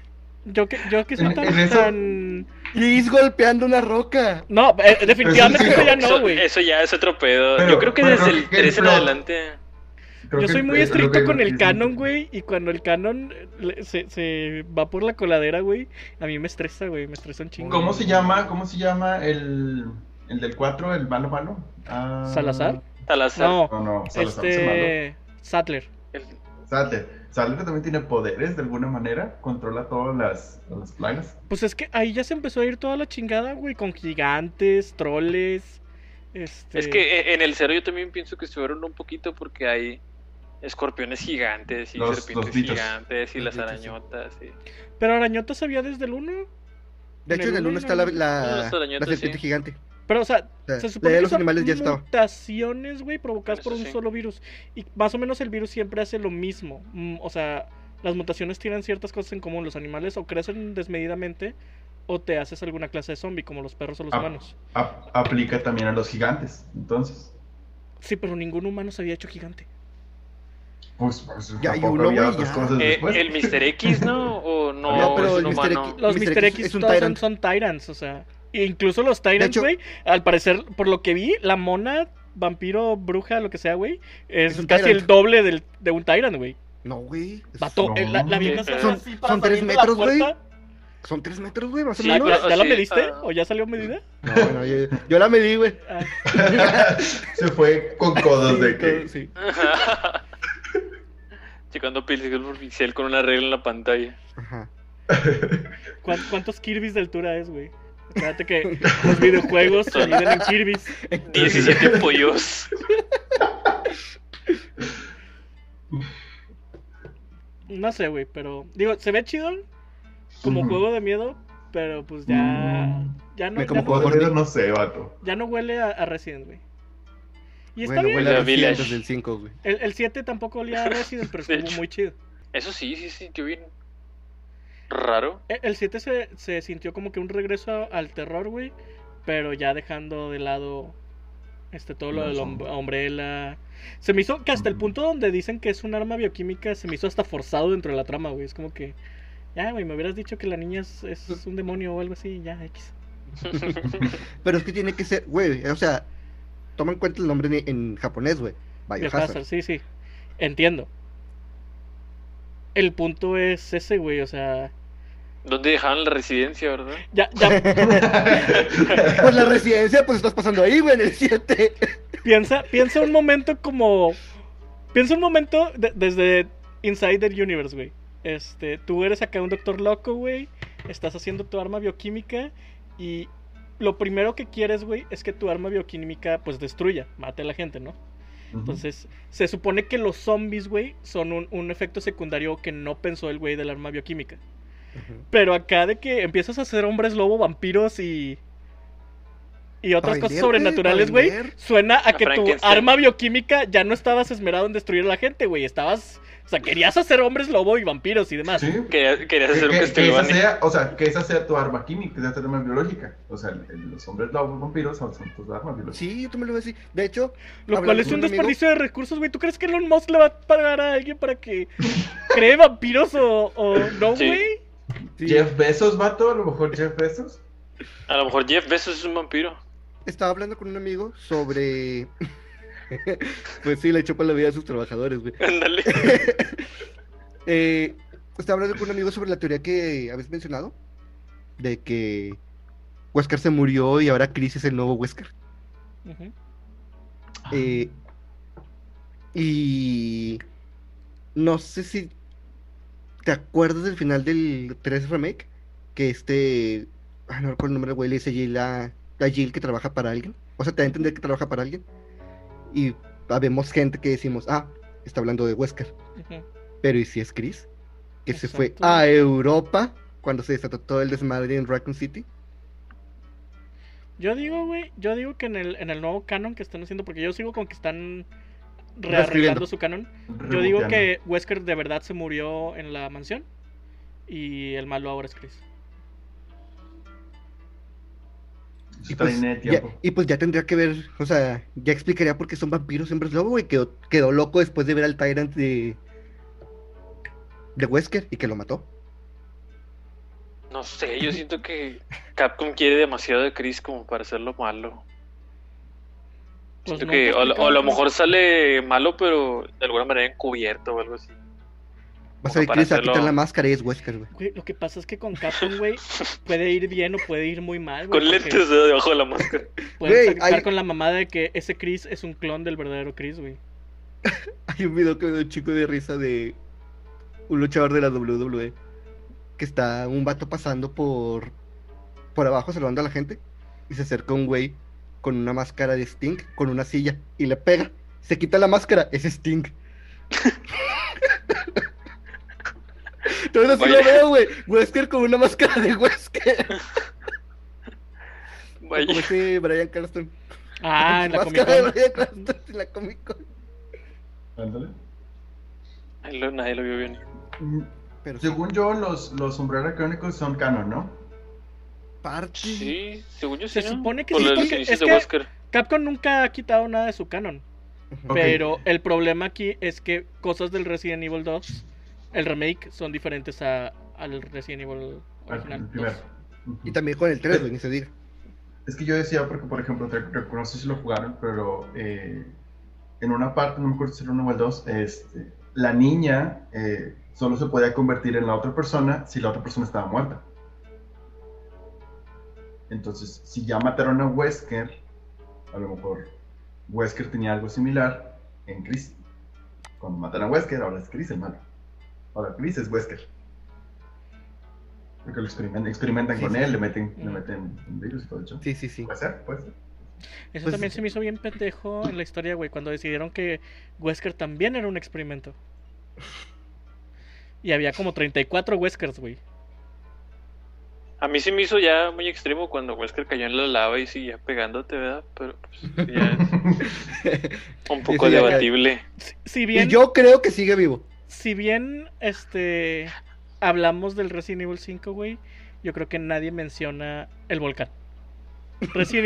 S4: Yo que, yo que soy
S2: En-
S4: tan,
S2: en eso-
S4: tan-
S3: Chris golpeando una roca.
S4: No, eh, definitivamente
S2: Eso-
S4: eso ya
S1: eso,
S4: no, güey.
S1: eso ya es otro pedo.
S2: Pero-
S1: Yo creo que
S2: pero
S1: desde
S2: creo
S1: el
S2: que
S1: 3 en
S2: pro-
S1: adelante.
S2: Creo
S4: Yo
S2: que
S4: soy muy
S2: eso es lo
S4: estricto
S2: que
S4: con el
S2: dicen.
S4: canon, güey, y cuando el canon eh, le- se, se va por la coladera, güey, a mí me estresa, güey, me estresa un chingo.
S2: ¿Cómo se llama? ¿Cómo se llama el, el del 4, el malo malo? Ah,
S4: ¿Salazar?
S1: Salazar.
S4: No,
S2: No, no, Ah, Salazar es el
S4: este... Sadler.
S1: el-
S2: malo. Sadler. Salud también tiene poderes de alguna manera, controla todas las, las plagas.
S4: Pues es que ahí ya se empezó a ir toda la chingada, güey, con gigantes, troles. Este...
S1: Es que e- en el cero yo también pienso que estuvieron un poquito porque hay escorpiones gigantes y
S2: Los- los
S1: serpientes
S2: bichos.
S1: gigantes y
S3: Los
S1: las
S3: bichos, sí.
S1: arañotas. Y...
S4: Pero Arañotas había desde el 1.
S3: De
S4: En
S3: hecho, en
S4: el
S3: el 1
S4: uno
S3: está la,
S4: y en el-
S1: Ah,
S3: la,
S1: las
S3: la
S1: arañotas,
S3: serpiente
S1: sí.
S3: gigante.
S4: Pero, o sea,
S3: O sea,
S4: se
S3: la idea
S4: supone que
S3: de los
S4: son
S3: animales ya estaba.
S4: mutaciones, güey, provocadas
S1: Eso
S4: por un
S1: sí.
S4: solo virus. Y más o menos el virus siempre hace lo mismo. Mm, O sea, las mutaciones tienen ciertas cosas en común. Los animales o crecen desmedidamente o te haces alguna clase de zombie, como los perros o los
S2: Ah.
S4: humanos.
S2: Ap- aplica también a los gigantes. Entonces,
S4: Sí, pero ningún humano se había hecho gigante.
S2: pues, pues,
S3: Ya hay
S2: tampoco
S3: uno,
S2: había
S3: güey,
S2: otras
S3: ya.
S2: cosas
S1: Eh,
S2: después.
S1: el Mr. X, ¿no? O no,
S2: No, pero
S1: es
S2: el
S1: un
S2: Mr. X-
S1: humano.
S4: Los
S3: Mr.
S4: Mr. X,
S3: X es un
S4: todos son-
S3: Tyrant.
S4: Son, Tyrants, o sea. Incluso los Tyrants,
S3: hecho-
S4: güey, al parecer, por lo que vi, la mona, vampiro, bruja, lo que sea, güey, es,
S3: Es un
S4: casi
S3: Tyrant.
S4: el doble del- de un Tyrant, güey.
S3: No, güey. es-
S4: Vato, eh, la, la
S2: No,
S4: vieja
S1: güey.
S4: se hace
S1: Son-
S4: así para
S3: son tres
S4: salir de la
S3: metros, güey.
S4: puerta.
S3: Son 3 metros, güey, más o
S1: Sí,
S4: Ah,
S3: menos.
S4: ¿no?
S1: pero-
S4: ¿Ya la
S1: sí,
S4: mediste?
S1: ah.
S4: ¿O ya salió medida?
S3: No, bueno, yo, yo la medí, güey.
S4: Ah,
S2: Se fue con codos
S3: Sí,
S2: de que.
S3: todo- sí.
S1: Checando pixel por pixel con una regla en la pantalla.
S3: Ajá.
S4: ¿cuán- ¿Cuántos Kirby's de altura es, güey? Acuérdate que los videojuegos se miden en Kirby's.
S1: 17 pollos.
S4: No sé, güey, pero... Digo, se ve chido como
S2: Ujú.
S4: juego de miedo, pero pues ya...
S2: Mm.
S4: Ya no,
S3: Me
S4: ya
S3: como
S4: no
S3: juego
S2: Codos
S4: huele,
S2: de dedos, no sé, vato.
S4: ya no huele a, a Resident, güey. Y está
S3: Bueno,
S4: bien.
S3: huele a
S1: La Village.
S3: desde el 5, güey.
S4: El, el 7 tampoco olía a Resident, pero
S1: De
S4: estuvo
S1: hecho.
S4: muy chido.
S1: Eso sí, sí, sí, yo bien. Raro.
S4: E- El 7 se, se sintió como que un regreso a- al terror, güey. Pero ya dejando de lado este todo lo
S2: Los
S4: de la
S2: hombres.
S4: ombrela. Se me hizo que hasta el
S2: Ujú.
S4: punto donde dicen que es un arma bioquímica, se me hizo hasta forzado dentro de la trama, güey. Es como que, ya, güey, me hubieras dicho que la niña es, es un demonio o algo así, ya, X.
S3: Pero es que tiene que ser, güey, o sea, toma en cuenta el nombre en, en japonés, güey.
S4: Biohazard,
S3: Biohazard.
S4: sí, sí. Entiendo. El punto es ese, güey, o sea.
S1: ¿Dónde dejaban la residencia, verdad?
S4: Ya, ya,
S3: Pues la residencia, pues estás pasando ahí, güey, en el 7.
S4: Piensa, piensa un momento como. Piensa un momento de- desde Insider Universe, güey. Este, tú eres acá un doctor loco, güey. Estás haciendo tu arma bioquímica. Y lo primero que quieres, güey, es que tu arma bioquímica, pues destruya, mate a la gente, ¿no? Entonces, se supone que los zombies, güey, son un, un efecto secundario que no pensó el güey del arma bioquímica. Pero acá de que empiezas a hacer hombres lobo, vampiros y. Y otras
S3: Pa'
S4: cosas
S3: vender,
S4: sobrenaturales,
S3: pa'
S4: güey.
S3: vender.
S4: Suena a
S1: A
S4: que tu
S1: Frankenstein.
S4: arma bioquímica ya no estabas esmerado en destruir a la gente, güey. Estabas. O sea, querías hacer hombres lobo y vampiros y
S1: Ah,
S4: demás.
S2: Sí.
S1: Querías, querías
S2: Que,
S1: hacer un
S2: que- que esa
S1: Castlevania.
S2: sea, o sea, que esa sea tu arma química, que esa sea tu arma biológica. O sea, el- el- los hombres lobos vampiros son, son tus armas biológicas.
S3: Sí, yo también lo voy a decir. De hecho,
S4: Lo
S3: hablando
S4: cual es
S3: con
S4: un
S3: un amigo-
S4: desperdicio de recursos, güey. ¿Tú crees que Elon Musk le va a pagar a alguien para que cree vampiros o, o no,
S1: Sí.
S4: güey?
S3: sí,
S2: Jeff Bezos, vato, a lo mejor Jeff Bezos.
S1: A lo mejor Jeff Bezos es un vampiro.
S3: estaba hablando con un amigo sobre. pues sí, le echó para la vida a sus trabajadores, güey.
S1: Ándale.
S3: Eh, estaba hablando con un amigo sobre la teoría que habéis mencionado, de que Wesker se murió y ahora Chris es el nuevo Wesker.
S4: Ujú.
S3: Eh, y no sé si te acuerdas del final del 3 Remake, que este, ah, no recuerdo el nombre del güey, le dice Jill a, a Jill que trabaja para alguien. O sea, te da a entender que trabaja para alguien. Y vemos gente que decimos, ah, está hablando de Wesker.
S4: Ujú.
S3: Pero ¿y si es Chris? Que se fue
S4: Exacto.
S3: a Europa cuando se desató todo el desmadre en Raccoon City.
S4: Yo digo, güey. Yo digo que en el, en el nuevo canon que están haciendo, porque yo sigo con que están rearreglando
S3: Reescribiendo.
S4: su canon. Yo
S2: Reboteando.
S4: digo que Wesker de verdad se murió en la mansión. Y el malo ahora es Chris.
S2: Eso
S3: Y
S2: está
S3: pues,
S2: bien de
S3: ya,
S2: tiempo.
S3: y pues ya tendría que ver, o sea, ya explicaría por qué son vampiros hombres lobo, güey. Quedó, quedó loco después de ver al Tyrant de, de Wesker y que lo mató.
S1: No sé, yo siento que Capcom quiere demasiado de Chris como para hacerlo malo.
S4: Pues
S1: Siento
S4: no,
S1: que,
S4: pues,
S1: o,
S4: ¿qué
S1: lo- o a
S4: cabrón?
S1: lo mejor sale malo, pero de alguna manera encubierto o algo así.
S3: Vas
S1: Como
S3: a ver
S1: para
S3: Chris a quitar
S1: hacerlo-
S3: la máscara y es Wesker, güey.
S4: Güey, lo que pasa es que con Capcom, güey, puede ir bien o puede ir muy mal, güey.
S1: Con
S4: porque
S1: lentes de debajo de la máscara.
S4: Pueden
S3: Güey,
S4: estar
S3: hay-
S4: con la mamada de que ese Chris es un clon del verdadero Chris, güey.
S3: Hay un video que me da un chico de risa de un luchador de la WWE que está un vato pasando por por abajo saludando a la gente y se acerca un güey con una máscara de Sting con una silla y le pega. Se quita la máscara, es Sting. Entonces así lo
S1: Vaya.
S3: veo, güey. Wesker con una máscara de Wesker.
S1: Vaya.
S3: Como ese Brian Carston.
S4: Ah, en la Comic
S3: máscara de
S4: Con.
S3: Bryan Cranston en la Comic Con.
S2: Ándale.
S1: Ahí lo- Nadie lo vio bien.
S2: Mm,
S3: Pero sí,
S2: Según yo, los, los Umbrella Chronicles son canon, ¿no?
S3: parte.
S1: Sí, según yo sí.
S4: Se
S1: ¿no?
S4: supone que
S1: Por
S4: sí,
S1: los
S4: porque
S1: inicios
S4: es
S1: de
S4: que-
S1: Wesker.
S4: Capcom nunca ha quitado nada de su canon.
S3: Ujú.
S2: Ok.
S4: Pero el problema aquí es que cosas del Resident Evil 2, el remake, son diferentes a, al Resident Evil
S2: Al- el
S4: original.
S2: primero.
S4: 2.
S2: Ujú.
S3: Y también con el 3, güey, ni se diga.
S2: Es que yo decía, porque por ejemplo, te- te- no sé si lo jugaron, pero eh, en una parte, no me acuerdo si era uno o el dos, este, la niña eh, solo se podía convertir en la otra persona si la otra persona estaba muerta. Entonces, si ya mataron a Wesker, a lo mejor Wesker tenía algo similar en Chris. Cuando matan a Wesker, ahora es Chris el malo. Ahora Chris es Wesker. Porque lo experimentan, experimentan
S3: Sí,
S2: con
S3: sí,
S2: él,
S3: sí.
S2: le meten, le
S4: Ujú.
S2: meten un virus y todo el show.
S3: Sí, sí, sí.
S2: Puede ser, puede ser.
S4: Eso
S3: Pues-
S4: también se me hizo bien pendejo en la historia, güey, cuando decidieron que Wesker también era un experimento. Y había como 34 Weskers, güey.
S1: A mí sí me hizo ya muy extremo cuando Wesker cayó en la lava y seguía pegándote, ¿verdad? Pero pues ya es un poco
S3: Eso ya
S1: debatible.
S4: Si, si
S3: Y
S4: bien,
S3: yo creo que sigue vivo.
S4: si bien este, hablamos del Resident Evil 5, güey, yo creo que nadie menciona el volcán. Resident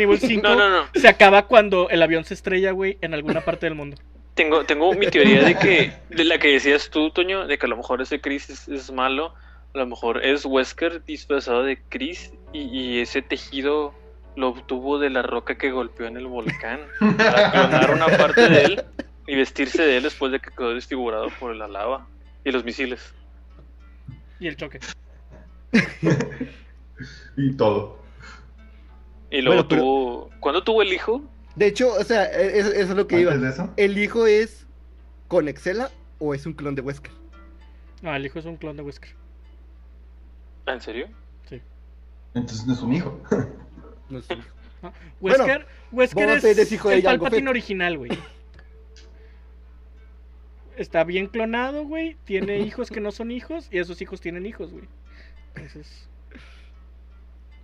S4: Evil 5
S1: No, no, no.
S4: se acaba cuando el avión se estrella, güey, en alguna parte del mundo.
S1: Tengo, tengo mi teoría de que, de la que decías tú, Toño, de que a lo mejor ese Chris es, es malo, a lo mejor es Wesker disfrazado de Chris y, y ese tejido lo obtuvo de la roca que golpeó en el volcán para clonar una parte de él y vestirse de él después de que quedó desfigurado por la lava y los misiles.
S4: Y el choque.
S2: y todo.
S1: Y luego
S3: Bueno, pero-
S1: tuvo... ¿Cuándo tuvo el hijo?
S3: De hecho, o sea, e- eso, eso es lo que iba.
S2: Antes de eso,
S3: ¿El hijo es con Excela o es un clon de Wesker?
S4: No, el hijo es un clon de Wesker.
S1: ¿En serio?
S2: entonces no es un hijo.
S3: No es su hijo. Bueno,
S4: Wesker, Wesker
S3: Boba
S4: es,
S3: Fett es hijo de
S4: el
S3: Jango
S4: Palpatine
S3: Fett.
S4: original, güey. Está bien clonado, güey. Tiene hijos que no son hijos y esos hijos tienen hijos, güey. Entonces,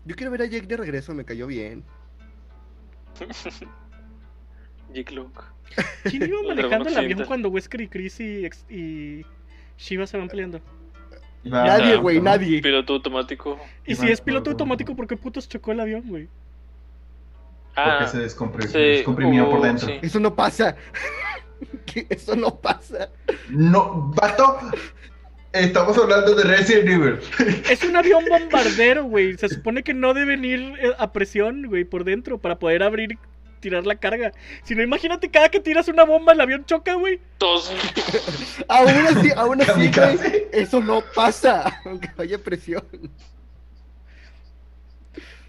S3: Yo quiero ver a Jake de regreso, me cayó bien.
S1: Jake Long.
S4: ¿quién iba
S1: El dragón
S4: manejando el avión
S1: occidental.
S4: cuando Wesker y Chris y, ex- y Shiva se van peleando?
S2: Iba-
S3: nadie,
S1: claro,
S3: güey,
S2: ¿no?
S3: nadie.
S1: Piloto automático.
S4: Y
S2: Iba
S4: si es
S2: por-
S4: piloto automático, ¿por qué putos chocó el avión, güey?
S1: Ah,
S2: Porque se descompri-
S1: se-
S2: descomprimió
S1: oh,
S2: por dentro.
S1: sí.
S3: Eso no pasa. ¿Qué? Eso no pasa.
S2: No, vato. Estamos hablando de Resident Evil.
S4: Es un avión bombardero, güey. Se supone que no deben ir eh, a presión, güey, por dentro para poder abrir, y tirar la carga. Si no, imagínate cada que tiras una bomba, el avión choca, güey.
S1: todos...
S3: Aún así, aún así, güey.
S2: Kamikaze.
S3: Eso no pasa. Aunque vaya presión.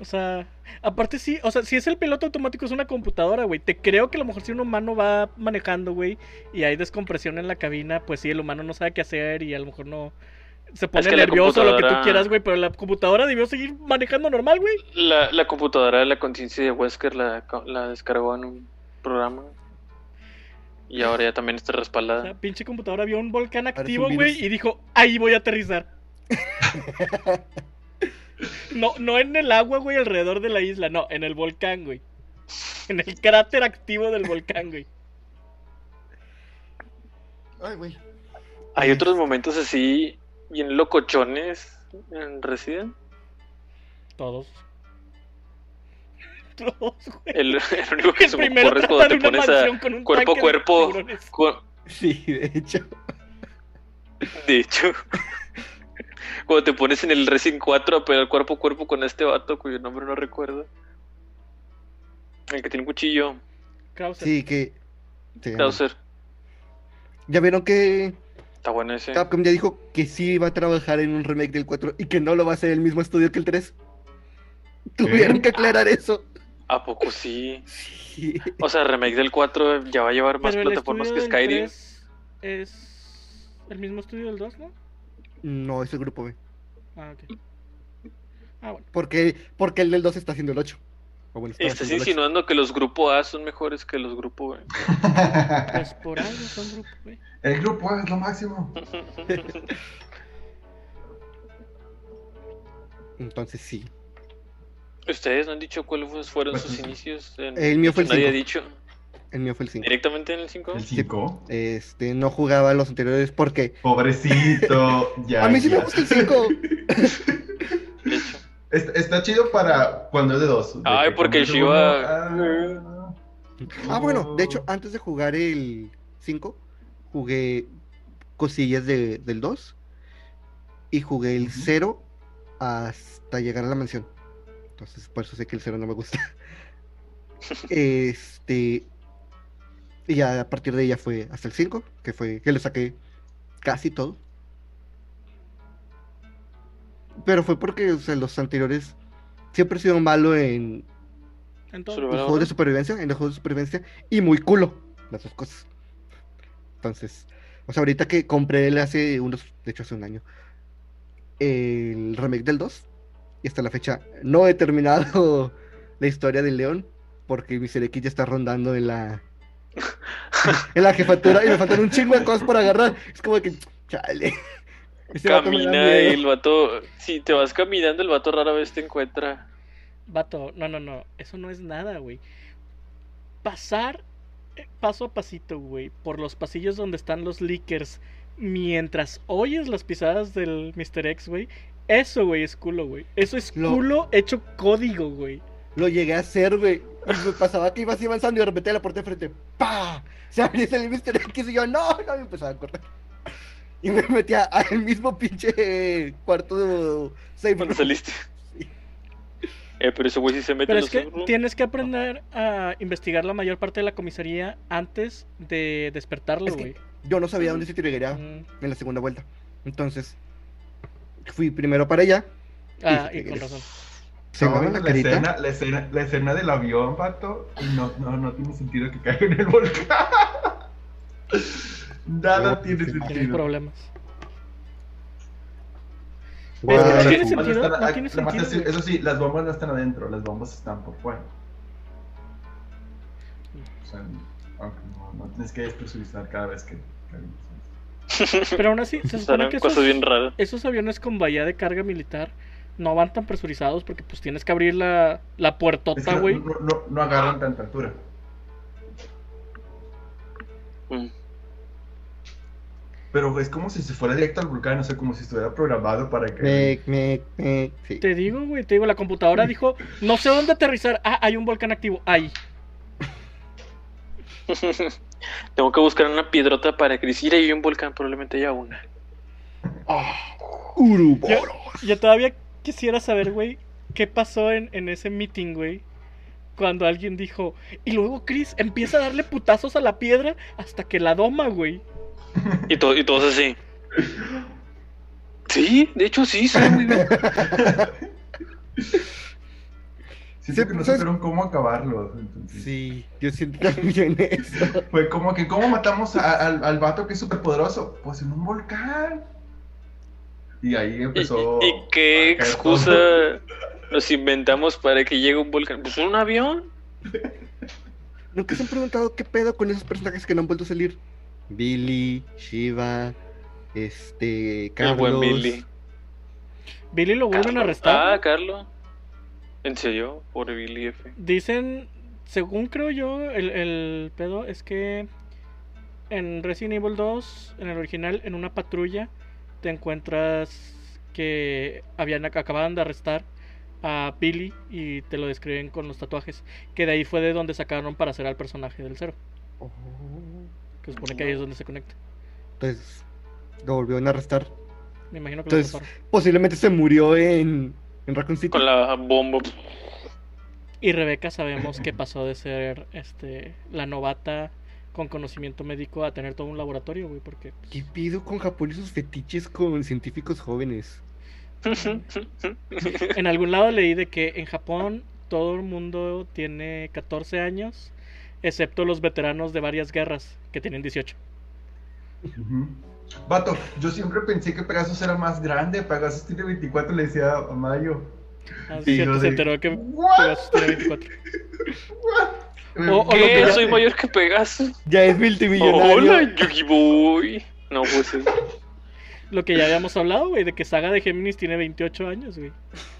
S4: O sea, aparte sí, o sea, si es el piloto automático es una computadora, güey. Te creo que a lo mejor si un humano va manejando, güey, y hay descompresión en la cabina, pues sí, el humano no sabe qué hacer y a lo mejor no se pone
S1: que la
S4: nervioso o lo que tú
S1: computadora-
S4: quieras, güey, pero la computadora debió seguir manejando normal, güey.
S1: La, la computadora de la conciencia de Wesker la, la descargó en un programa. Y ahora ya también está
S4: O sea,
S1: respaldada.
S4: pinche computadora vio un volcán
S3: es un
S4: activo,
S3: virus.
S4: güey, y dijo, ahí voy a aterrizar. no, no en el agua, güey, alrededor de la isla, no, en el volcán, güey. En el cráter activo del volcán, güey.
S3: Ay, güey.
S1: Hay otros momentos así, bien locochones en Resident.
S4: Todos. Todos, güey.
S1: El, el único que
S4: El
S1: se me
S4: primero
S1: ocurre es
S4: trata
S1: cuando
S4: de
S1: te
S4: una
S1: pones a.
S4: mansión con un
S1: cuerpo a
S4: tanque de
S1: cuerpo.
S4: tiburones.
S1: cu-
S3: Sí, de hecho.
S1: De hecho, cuando te pones en el Resident 4 a pelear cuerpo a cuerpo con este vato cuyo nombre no recuerdo. El que tiene un cuchillo,
S4: Krauser.
S3: Sí, que. sí,
S1: Krauser.
S3: Ya vieron que
S1: Está bueno ese.
S3: Capcom ya dijo que sí va a trabajar en un remake del 4 y que no lo va a hacer el mismo estudio que el 3. Tuvieron que aclarar eso.
S1: ¿A poco sí?
S3: Sí.
S1: O sea, remake del 4 ya va a llevar más
S4: Pero el
S1: plataformas
S4: estudio
S1: que
S4: del
S1: Skyrim.
S4: tres Es el mismo estudio del 2, ¿no?
S3: No, es el grupo B.
S4: Ah, ok. Ah, bueno.
S3: Porque, porque el del 2 está haciendo el 8. O bueno, estaba
S1: Estás
S3: haciendo el ocho.
S1: insinuando que los grupos A son mejores que los grupos B.
S4: Pues por algo son grupo B.
S2: El grupo es lo máximo.
S3: Entonces sí.
S1: Ustedes no han dicho cuáles fueron sus inicios. en-
S3: El mío eh, fue el
S1: Mm, Nadie ha
S3: 5.
S1: dicho.
S3: El mío fue el 5.
S1: ¿Directamente en el 5?
S2: El 5.
S3: Este, no jugaba los anteriores porque.
S2: Pobrecito. Ya,
S3: a mí sí
S2: ya.
S3: me gusta el 5.
S1: De hecho.
S2: Está, está chido para cuando es de dos. De
S1: Ay,
S2: que
S1: porque
S2: cuando es
S1: Shiva-
S2: uno, ah,
S3: ah, bueno, de hecho,
S2: ah,
S3: antes de jugar el 5, jugué cosillas de- del 2 y jugué el
S2: Ujú.
S3: 0 hasta llegar a la mansión. Entonces, por eso sé que el 0 no me gusta. este. Y ya a partir de ahí ya fue hasta el 5, que fue que le saqué casi todo. Pero fue porque o sea, los anteriores siempre he sido malo en,
S1: Solo-
S4: Entonces,
S3: los juegos de supervivencia, en los juegos de supervivencia y muy culo, las dos cosas. Entonces, o sea, ahorita que compré el hace unos, de hecho hace un año, el remake del 2, y hasta la fecha no he terminado la historia del león, porque mi Sereki ya está rondando en la en la jefatura y me faltan un chingo de cosas por agarrar. Es como que, chale. Este vato me da
S1: Camina
S3: miedo.
S1: y el vato. Si te vas caminando, el vato rara vez te encuentra.
S4: vato, no, no, no. Eso no es nada, güey. Pasar eh, paso a pasito, güey, por los pasillos donde están los leakers mientras oyes las pisadas del Mr. X, güey. Eso, güey, es culo, güey. Eso es
S3: Lo-
S4: culo hecho código, güey.
S3: Lo llegué a hacer, güey. Y me pasaba que iba así avanzando y de repente la puerta de frente, ¡pa! Se abría el Mr. X y yo, no, no, me empezaba a correr. Y me metía al mismo pinche cuarto de safe
S1: Cuando
S3: room.
S1: saliste.
S3: Sí.
S1: Eh, pero ese güey sí se mete
S4: Pero
S1: en
S4: es que
S1: los safe room.
S4: tienes que aprender a investigar la mayor parte de la comisaría antes de despertarlo,
S3: Es que-
S4: güey.
S3: Yo no sabía dónde se tiraría
S4: Mm.
S3: en la segunda vuelta. Entonces, fui primero para allá.
S4: Ah,
S3: Y-
S4: y con razón.
S3: Se
S2: estaba
S3: me
S2: viendo
S3: la
S2: la,
S3: carita.
S2: escena, la, escena, la escena del avión, pato. y No, no, no tiene sentido que caiga en el volcán. Nada
S3: No,
S2: tiene
S3: sí, no.
S4: Tienes
S2: sentido.
S4: problemas.
S3: Guau.
S4: Es que no tiene
S2: Las bombas
S4: sentido,
S2: están
S4: no
S2: a-
S4: tiene
S2: nada más
S4: sentido,
S2: así-
S4: güey.
S2: Eso sí, las bombas no están adentro, las bombas están por fuera. O sea, aunque no, no tienes que despresurizar cada vez que. que-
S4: Pero aún así, se supone
S1: Estarán
S4: que
S1: cosas
S4: esos,
S1: bien raras.
S4: esos aviones con bahía de carga militar no van tan presurizados porque pues tienes que abrir la, la
S2: Es que
S4: puertota,
S2: no-
S4: güey.
S2: no, no- no agarran tanta altura.
S1: Mm.
S2: Pero es como si se fuera directo al volcán, o sea, como si estuviera programado para que.
S3: Mec, mec, mec. Sí.
S4: Te digo, güey, te digo, la computadora dijo, no sé dónde aterrizar. Ah, hay un volcán activo. Ahí.
S1: Mm. Tengo que buscar una piedrota para que decir, hay un volcán, probablemente haya una.
S3: Ah, Uruboro.
S4: Yo todavía quisiera saber, güey, qué pasó en, en ese meeting, güey. Cuando alguien dijo, y luego Chris empieza a darle putazos a la piedra hasta que la doma, güey.
S1: Y, to- y todos así. Sí, de hecho sí, sí, muy bien.
S2: Siento
S3: Sí,
S2: que no
S3: pues es-
S2: supieron cómo acabarlo. entonces.
S3: Sí, yo siento también eso.
S2: Fue Pues, como que, ¿cómo matamos a- al, al vato que es súper poderoso? Pues en un volcán. Y ahí
S1: ¿Y,
S2: empezó.
S1: y- y qué
S2: a caer
S1: excusa
S2: todo.
S1: nos inventamos para que llegue un volcán? Pues un avión.
S3: Nunca se han preguntado qué pedo con esos personajes que no han vuelto a salir. Billy, Shiva, este, Carlos.
S1: El buen Billy.
S4: Billy lo vuelven a arrestar.
S1: Ah, Carlos. ¿En serio? Pobre Billy F.
S4: Dicen, según creo yo, el, el pedo es que en Resident Evil 2, en el original, en una patrulla, te encuentras que habían ac- acababan de arrestar a Billy y te lo describen con los tatuajes. Que de ahí fue de donde sacaron para hacer al personaje del cero.
S3: Oh.
S4: Que supone que ahí es donde se conecta.
S3: Entonces, Pues, lo volvieron a arrestar.
S4: Me imagino que
S3: Entonces-
S4: lo atraparon.
S3: Posiblemente se murió en, en Raccoon City.
S1: Con la bomba.
S4: Y Rebeca sabemos que pasó de ser este la novata con conocimiento médico a tener todo un laboratorio, güey, porque pues,
S3: ¿Qué pido con Japón y sus fetiches con científicos jóvenes?
S4: En algún lado leí de que en Japón todo el mundo tiene 14 años, excepto los veteranos de varias guerras, que tienen 18.
S2: Ujú. Vato, yo siempre pensé que Pegasus era más grande. Pegasus tiene 24, le decía a Mayo.
S4: Ah,
S2: Sí,
S4: cierto,
S2: yo
S4: se
S2: de-
S4: enteró que
S2: ¿What?
S4: Pegasus tiene 24.
S2: ¿What?
S4: O- o lo
S2: Eh, ¿Qué?
S1: ¿Qué?
S4: que-
S1: Soy mayor que Pegasus.
S3: Ya es multimillonario.
S1: Hola, Yugi Boy. No, pues es-
S4: Lo que ya habíamos hablado, güey, de que Saga de Géminis tiene 28 años, güey.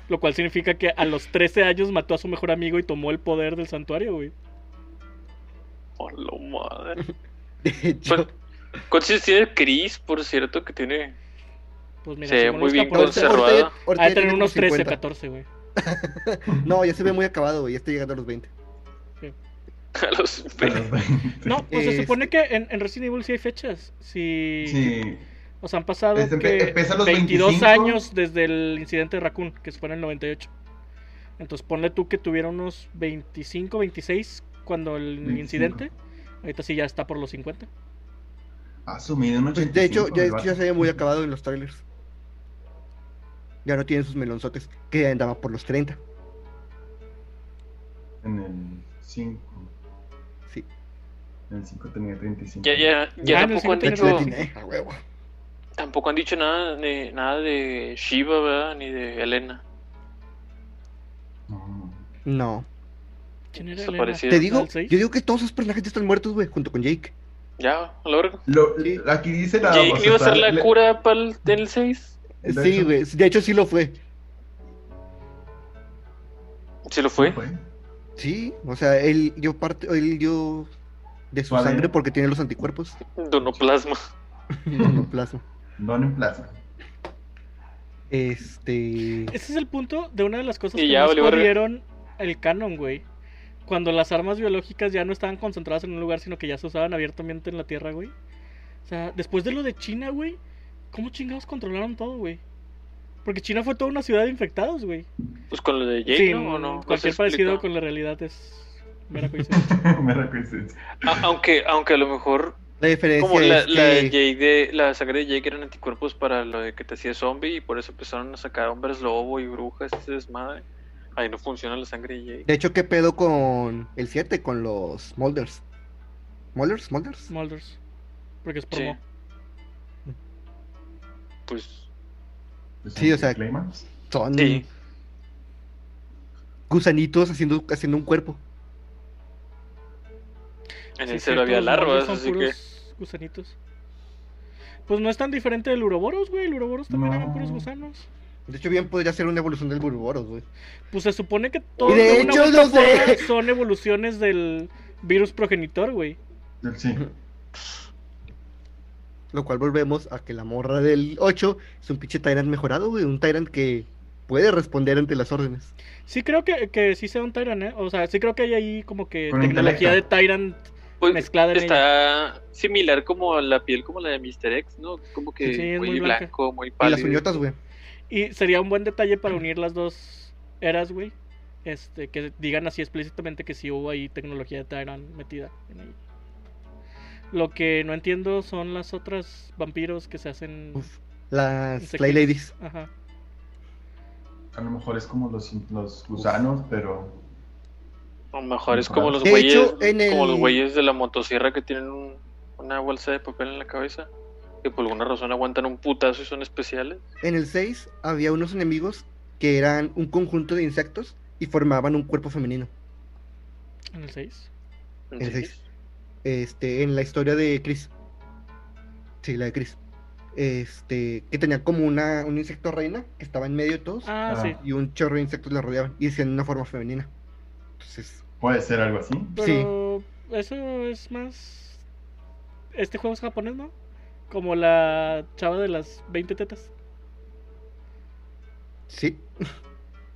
S4: Lo cual significa que a los 13 años mató a su mejor amigo y tomó el poder del santuario, güey.
S1: A la madre.
S3: De hecho,
S1: Pues, ¿Cuántos años tiene Chris, por cierto, que tiene?
S4: Pues mira,
S1: Se ve
S4: según
S1: muy
S4: los
S1: bien
S4: japoneses,
S3: ahorita-
S1: conservado.
S3: ahorita- ahorita
S4: Ha de
S3: ya
S4: tener
S3: tiene
S4: unos
S3: como
S4: 13,
S3: 50.
S4: 14, güey.
S3: No, ya se ve muy acabado, güey. Ya está llegando a los 20.
S1: A los
S2: A los 20.
S4: No, pues
S3: Este-
S4: se supone que en, en Resident Evil sí hay fechas. Sí.
S2: Sí.
S4: O sea, han pasado
S2: Desde empe-
S4: que
S2: empieza a los
S4: 22
S2: 25.
S4: años desde el incidente de Raccoon, que fue en el 98. Entonces ponle tú que tuviera unos 25, 26 cuando el
S2: 25.
S4: incidente. Ahorita sí ya está por los 50.
S2: Asumido un 85.
S3: Pues, de hecho, ya,
S2: el vato.
S3: ya se ve muy acabado en los trailers. Ya no tienen sus melonzotes que andaba por los 30.
S2: En el 5.
S3: Sí.
S2: En el 5 tenía 35.
S1: Ya, ya,
S4: Ah,
S1: ya
S4: no,
S1: tampoco, han
S4: sí, no
S1: dicho,
S3: Le atiné, eh, a huevo.
S1: tampoco han dicho nada de, nada de Shiva, ¿verdad? Ni de Elena.
S2: No.
S3: No.
S4: ¿Quién era Elena?
S1: Desaparecido.
S3: Te digo,
S4: ¿Al seis?
S3: yo digo que todos esos personajes ya están muertos, güey, junto con Jake.
S1: Ya, a la verga.
S2: Lo,
S3: Sí.
S2: Aquí dice la.
S3: pues,
S1: Jake le iba a hacer la
S2: le-
S1: cura para el del 6.
S2: De
S3: Sí,
S2: hecho.
S3: güey. De hecho, sí lo fue.
S1: ¿Se lo fue?
S2: Fue.
S3: Sí, o sea, él dio parte, él dio de su
S2: Vale.
S3: sangre porque tiene los anticuerpos.
S1: Donoplasma.
S3: Plasma.
S2: Don en plaza.
S3: Este.
S4: Ese es el punto de una de las cosas
S1: Y
S4: que
S1: ya
S4: más
S1: valió verga.
S4: jodieron el canon, güey. Cuando las armas biológicas ya no estaban concentradas en un lugar, sino que ya se usaban abiertamente en la Tierra, güey. O sea, después de lo de China, güey, ¿cómo chingados controlaron todo, güey? Porque China fue toda una ciudad de infectados, güey.
S1: Pues con lo de Jake,
S4: Sí,
S1: ¿no? ¿O no? No se
S4: cualquier
S1: explica.
S4: parecido con la realidad es mera coincidencia.
S2: Me recuerdo.
S1: A- aunque, aunque a lo mejor,
S3: La diferencia
S1: como la,
S3: es
S1: la de
S3: que
S1: Jake de, la sangre de Jake eran anticuerpos para lo de que te hacía zombie y por eso empezaron a sacar hombres lobo y brujas, ese desmadre. Ahí no funciona la sangre de Jake.
S3: De hecho, ¿qué pedo con el 7? Con los Molders. ¿Molders? ¿Molders?
S4: Smulders. Porque es
S1: Sí.
S4: promo.
S1: Pues
S3: Sí, o sea-
S2: Claymans.
S3: Son
S1: Sí.
S3: gusanitos haciendo, haciendo un cuerpo.
S1: en
S4: Sí,
S1: el cero
S4: es cierto,
S1: había
S4: los Molders
S1: larvas,
S4: son
S1: así que.
S4: puros gusanitos. Pues no es tan diferente del Uroboros, güey. El Uroboros también eran puros
S2: No.
S4: gusanos.
S3: De hecho, bien podría ser una evolución del Burboros, güey.
S4: Pues se supone que todos
S3: Y de
S4: una
S3: hecho,
S4: u otra
S3: no sé.
S4: forma, son evoluciones del virus progenitor, güey.
S2: Sí.
S3: Lo cual volvemos a que la morra del 8 es un pinche Tyrant mejorado, güey. Un Tyrant que puede responder ante las órdenes.
S4: Sí creo que, que sí sea un Tyrant, ¿eh? O sea, sí creo que hay ahí como que
S2: Con
S4: tecnología de
S2: intelecto.
S4: Tyrant.
S1: Pues,
S4: mezclada en
S1: está similar como a la piel como la de Mr. X, ¿no? Como que
S4: Sí, es
S1: muy,
S4: muy blanca.
S1: blanco, muy
S3: Y
S1: pálido.
S3: las uñotas, güey.
S4: Y sería un buen detalle para unir las dos eras, güey. Este, que digan así explícitamente que sí hubo ahí tecnología de Tyrant metida en ahí. Lo que no entiendo son las otras vampiros que se hacen.
S3: Uf. Las
S4: Insectos.
S3: Slay Ladies.
S4: Ajá.
S2: A lo mejor es como los, los gusanos, pero.
S1: A lo mejor es como los
S3: De
S1: güeyes,
S3: hecho, en el-
S1: como los güeyes de la motosierra que tienen un- una bolsa de papel en la cabeza, que por alguna razón aguantan un putazo y son especiales.
S3: En el 6 había unos enemigos que eran un conjunto de insectos y formaban un cuerpo femenino.
S4: En el 6.
S1: ¿En
S3: El
S1: serio?
S3: seis. este, en la historia de Chris. Sí, la de Chris. Este, que tenía como una, un insecto reina que estaba en medio de todos
S4: Ah,
S2: Ah.
S4: sí.
S3: y un chorro de insectos la rodeaban y hacían una forma femenina. Entonces,
S2: Puede ser algo así.
S4: Pero eso es más. Este juego es japonés, ¿no? Como la chava de las 20 tetas.
S3: sí.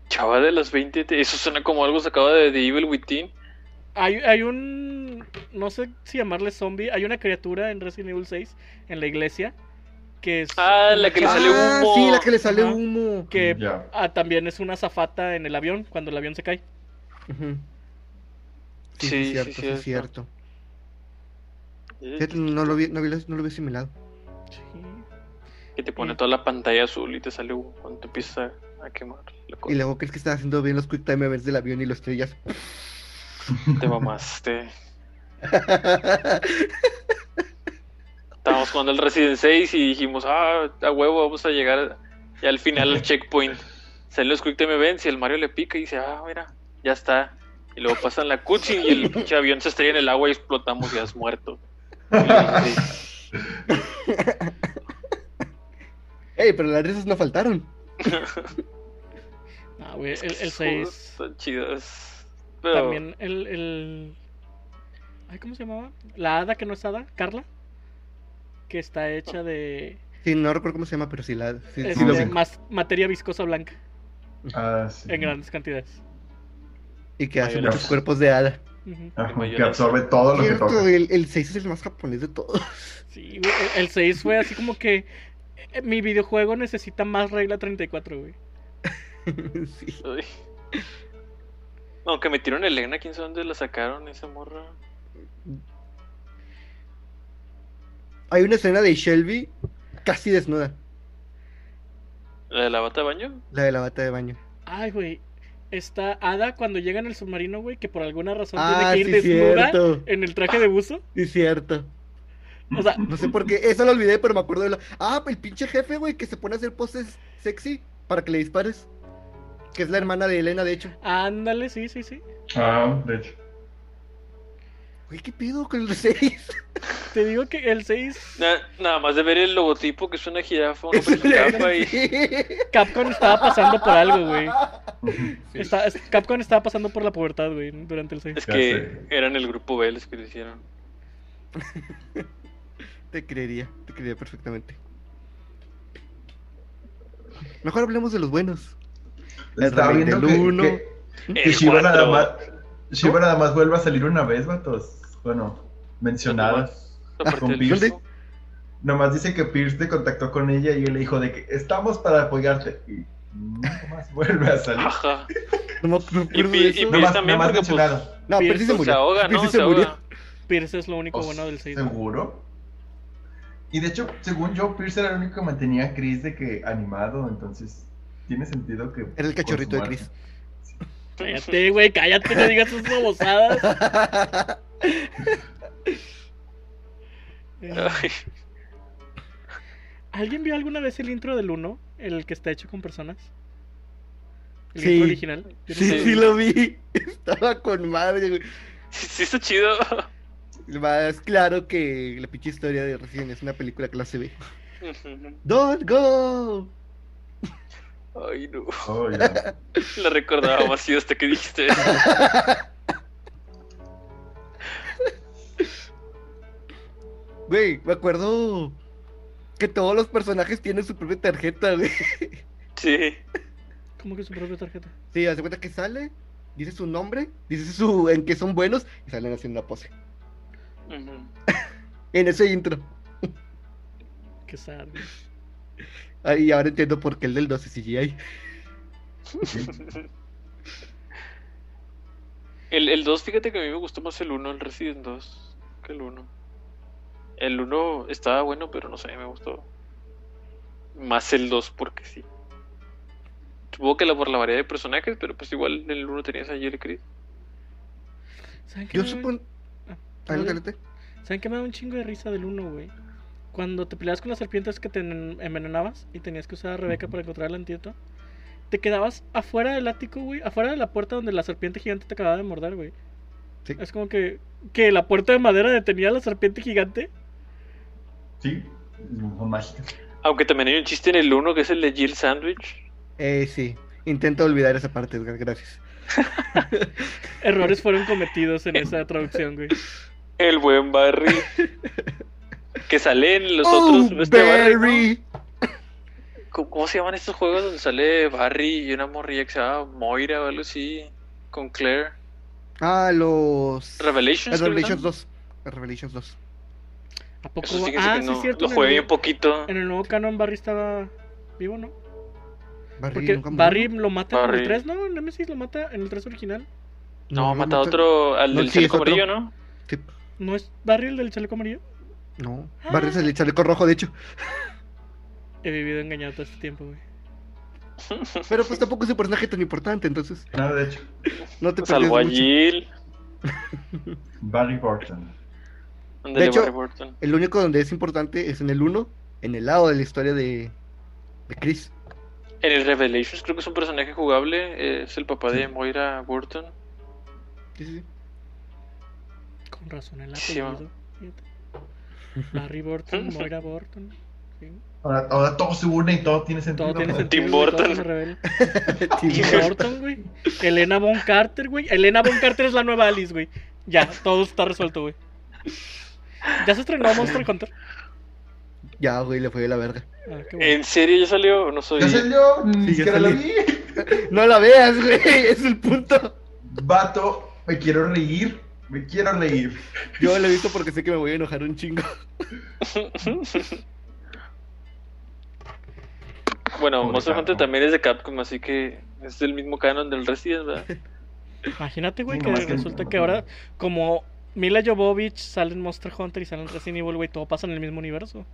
S1: Chava de las 20, te- eso suena como algo sacado de The Evil Within.
S4: Hay, hay un. No sé si llamarle zombie. Hay una criatura en Resident Evil 6 en la iglesia. Que es.
S1: Ah, la que le
S4: una
S1: sale
S4: chava
S1: un-
S3: Ah,
S1: humo.
S3: Sí, la que le sale
S4: Ajá.
S3: humo.
S4: Que
S2: Ya.
S4: ah, también es una zafata en el avión cuando el avión se cae.
S3: Ujú. Sí, sí,
S1: Sí, sí,
S3: cierto, sí,
S1: cierto.
S3: cierto. Fíjate, no lo vi, no, vi- no lo había asimilado.
S4: Sí.
S1: Que te pone toda la pantalla azul y te sale un- cuando te empieza a quemar. la cosa.
S3: Y luego crees que estaba haciendo bien los quick time events del avión y los estrellas.
S1: Te mamaste. Estaba estábamos jugando al Resident 6 y dijimos, ah, a huevo, vamos a llegar ya al final al checkpoint. Sale los quick time events y el Mario le pica y dice, ah, mira, ya está. Y luego pasan la cutscene y el pinche avión se estrella en el agua y explotamos y ya has muerto. Y yo, sí.
S3: Ey, pero las risas no faltaron.
S4: Ah, güey, el, el
S1: Esos
S4: 6.
S1: Son chidos. Pero
S4: También el, el. Ay, ¿cómo se llamaba? La hada que no es hada, Carla. Que está hecha de.
S3: Sí, no recuerdo cómo se llama, pero sí la. Sí,
S4: es
S3: sí lo
S4: de
S3: vi.
S4: mas- materia viscosa blanca
S2: Ah, sí.
S4: en grandes cantidades.
S3: Y que hace
S1: Mayonesa.
S3: muchos cuerpos de hada.
S4: Ujú.
S2: Ajá,
S1: de mayonesa.
S2: que absorbe todo lo que
S3: Cierto,
S2: toca.
S3: el, el 6 es el más japonés de todos.
S4: Sí, güey, el- el 6 fue así como que. eh, Mi videojuego necesita más regla 34, güey.
S3: sí.
S1: Uy. No, que metieron a Elena, quién sabe dónde la sacaron esa morra.
S3: Hay una escena de Shelby casi desnuda,
S1: ¿La de la bata de baño?
S3: la de la bata de baño.
S4: Ay, güey. Esta hada cuando llega en el submarino, güey, que por alguna razón
S3: Ah,
S4: tiene que
S3: sí,
S4: ir desnuda
S3: cierto.
S4: en el traje de buzo.
S3: Sí, cierto.
S4: O sea,
S3: No sé por qué, eso lo olvidé, pero me acuerdo de la. Ah, el pinche jefe, güey, que se pone a hacer poses sexy para que le dispares. Que es la hermana de Elena, de hecho.
S4: ándale, sí, sí, sí.
S2: Ah, de hecho.
S3: Güey, ¿qué pedo con el 6?
S4: Te digo que el 6
S1: Na- nada más de ver el logotipo que es una jirafa, una jirafa y
S4: Capcom estaba pasando por algo, güey.
S3: Sí.
S4: Está- es- Capcom estaba pasando por la pubertad, güey, durante el 6.
S1: es
S2: Ya
S1: que
S2: sé.
S1: eran el grupo B los que lo hicieron.
S3: Te creería, te creería perfectamente. Mejor hablemos de los buenos. El
S2: Estaba
S3: remake
S2: viendo
S3: del
S2: que,
S3: uno.
S2: que- que
S1: El
S2: Shiva nada
S1: cuatro.
S2: más. Shiva nada más vuelve a salir una vez, vatos. Bueno, mencionada.
S1: Aparte
S2: con
S1: del
S2: Pierce.
S1: grupo.
S2: Nomás dice que Pierce te contactó con ella y él le dijo de que estamos para apoyarte. Y nunca más vuelve a salir.
S1: Ajá.
S3: No me no me
S1: Y,
S3: acuerdo
S1: Pi-
S3: de
S1: y
S3: eso.
S1: Ah, Pierce
S2: Nomás-
S1: también
S2: nomás
S1: porque pues,
S2: mencionado.
S3: No, pero sí se
S1: pues, se
S3: murió.
S1: ahoga,
S3: Pero
S1: ¿no?
S3: sí
S1: Se
S3: se murió.
S1: ahoga.
S4: Pierce es lo único bueno del 6.
S2: Pues, ¿Seguro? Y de hecho, según yo, Pierce era el único que mantenía a Chris de que animado, entonces tiene sentido que.
S3: Era el cachorrito de Chris.
S4: Cállate, güey, cállate, no digas esas babosadas. Eh,
S1: Ay,
S4: ¿Alguien vio alguna vez el intro del 1? El que está hecho con personas. El
S3: Sí.
S4: intro original. Yo no
S3: Sí,
S4: sé.
S3: sí lo vi. Estaba con madre, güey.
S1: sí, sí está chido.
S3: Más claro que la pinche historia de recién es una película clase B. ¡Don't go!
S1: Ay, no.
S2: Oh, ya.
S1: La recordaba vacío hasta que dijiste eso.
S3: Güey, me acuerdo que todos los personajes tienen su propia tarjeta, güey.
S1: Sí.
S4: ¿Cómo que su propia tarjeta?
S3: Sí, hace cuenta que sale, dice su nombre, dice su en qué son buenos y salen haciendo una pose.
S1: Ujú.
S3: En ese intro.
S4: Qué sad. güey.
S3: Ah, Y ahora entiendo por qué el del 12 CGI.
S1: El, el 2, fíjate que a mí me gustó más el 1, el Resident 2, que el 1. El 1 estaba bueno, pero no sé, me gustó. Más el 2 porque sí. Supongo que la, por la variedad de personajes, pero pues igual en el 1 tenías a Jerry Chris.
S4: ¿Saben qué
S3: Yo
S4: me da-
S3: supongo.
S4: Ah,
S3: Adelante.
S4: ¿Saben qué me da un chingo de risa del 1, güey? Cuando te peleabas con las serpientes que te en- envenenabas y tenías que usar a Rebeca para encontrar el antídoto, te quedabas afuera del ático, güey, afuera de la puerta donde la serpiente gigante te acababa de morder, güey.
S3: Sí.
S4: Es como que, que la puerta de madera detenía a la serpiente gigante.
S2: Sí, son mágicas.
S1: Aunque también hay un chiste en el 1 que es el de Jill Sandwich.
S3: Eh, sí. Intento olvidar esa parte, Edgar, gracias.
S4: Errores fueron cometidos en esa traducción, güey.
S1: El buen Barry. que sale en los otros.
S3: ¡Oh,
S1: este Barry, ¿no?
S3: Barry!
S1: ¿Cómo, cómo se llaman estos juegos donde sale Barry y una morrilla que se llama Moira o algo así? Con Claire.
S3: Ah, los.
S1: Revelations.
S3: El
S1: creo que
S3: Revelations
S1: se llama.
S3: 2. El Revelations 2.
S4: ¿A poco?
S1: Eso
S4: va-
S1: fíjense
S4: Ah,
S1: que
S4: sí,
S1: no,
S4: es cierto.
S1: Lo
S4: en el
S1: jugué bien
S4: nuevo-
S1: poquito.
S4: En el nuevo canon Barry estaba vivo, ¿no?
S3: Barry
S4: Porque
S3: nunca murió.
S4: Barry lo mata en
S1: Barry.
S4: el 3, ¿no? Nemesis lo mata en el 3 original.
S1: No,
S3: lo
S1: mata a otro, al
S3: No,
S1: del
S3: sí, es
S1: chaleco
S3: otro.
S1: amarillo, ¿no?
S3: Sí.
S4: ¿No es Barry el del chaleco amarillo?
S3: No, Barry es el chaleco rojo, de hecho.
S4: He vivido engañado todo este tiempo, güey.
S3: Pero pues tampoco es un personaje tan importante, entonces
S2: No, de hecho,
S1: Pues
S3: no te pierdes
S1: Salvo a
S3: mucho.
S1: Jill.
S2: Barry Burton.
S1: Ándale,
S3: hecho-
S1: Barry Burton.
S3: El único donde es importante es en el 1, en el lado de la historia de, de Chris.
S1: En el Revelations creo que es un personaje jugable, es el papá de
S3: Sí.
S1: Moira Burton.
S3: Sí, sí, sí.
S4: Con razón el
S1: Sí, va.
S4: apellido. fíjate. Barry Burton, Moira Burton. sí.
S2: Ahora, ahora todo se une y todo tiene sentido.
S4: Todo tiene
S2: ¿no?
S4: sentido.
S1: Tim
S4: güey, todo
S1: Burton.
S4: se revela.
S3: Sí,
S4: Tim Burton, güey. Elena Von Carter, güey. Elena Von Carter es la nueva Alice, güey. Ya, todo está resuelto, güey. ¿Ya se estrenó Monster Hunter?
S3: Ya, güey, le fue de la verga.
S4: Ah, qué bueno.
S1: ¿En serio ya salió? No soy.
S2: Ya salió, ni
S3: Sí, ya
S2: siquiera lo
S3: salió.
S2: vi.
S3: No la veas, güey, es el punto.
S2: Vato, me quiero reír. Me quiero reír.
S3: Yo lo he visto porque sé que me voy a enojar un chingo.
S1: bueno,
S2: Pobre
S1: Monster Hunter
S2: Capcom.
S1: también es de Capcom, así que es el mismo canon del Resident, ¿verdad?
S4: Imagínate, güey,
S2: Sí,
S4: que
S2: nomás que-
S4: resulta que ahora, como Mila Jovovich sale en Monster Hunter y sale en Resident Evil, güey, todo pasa en el mismo universo.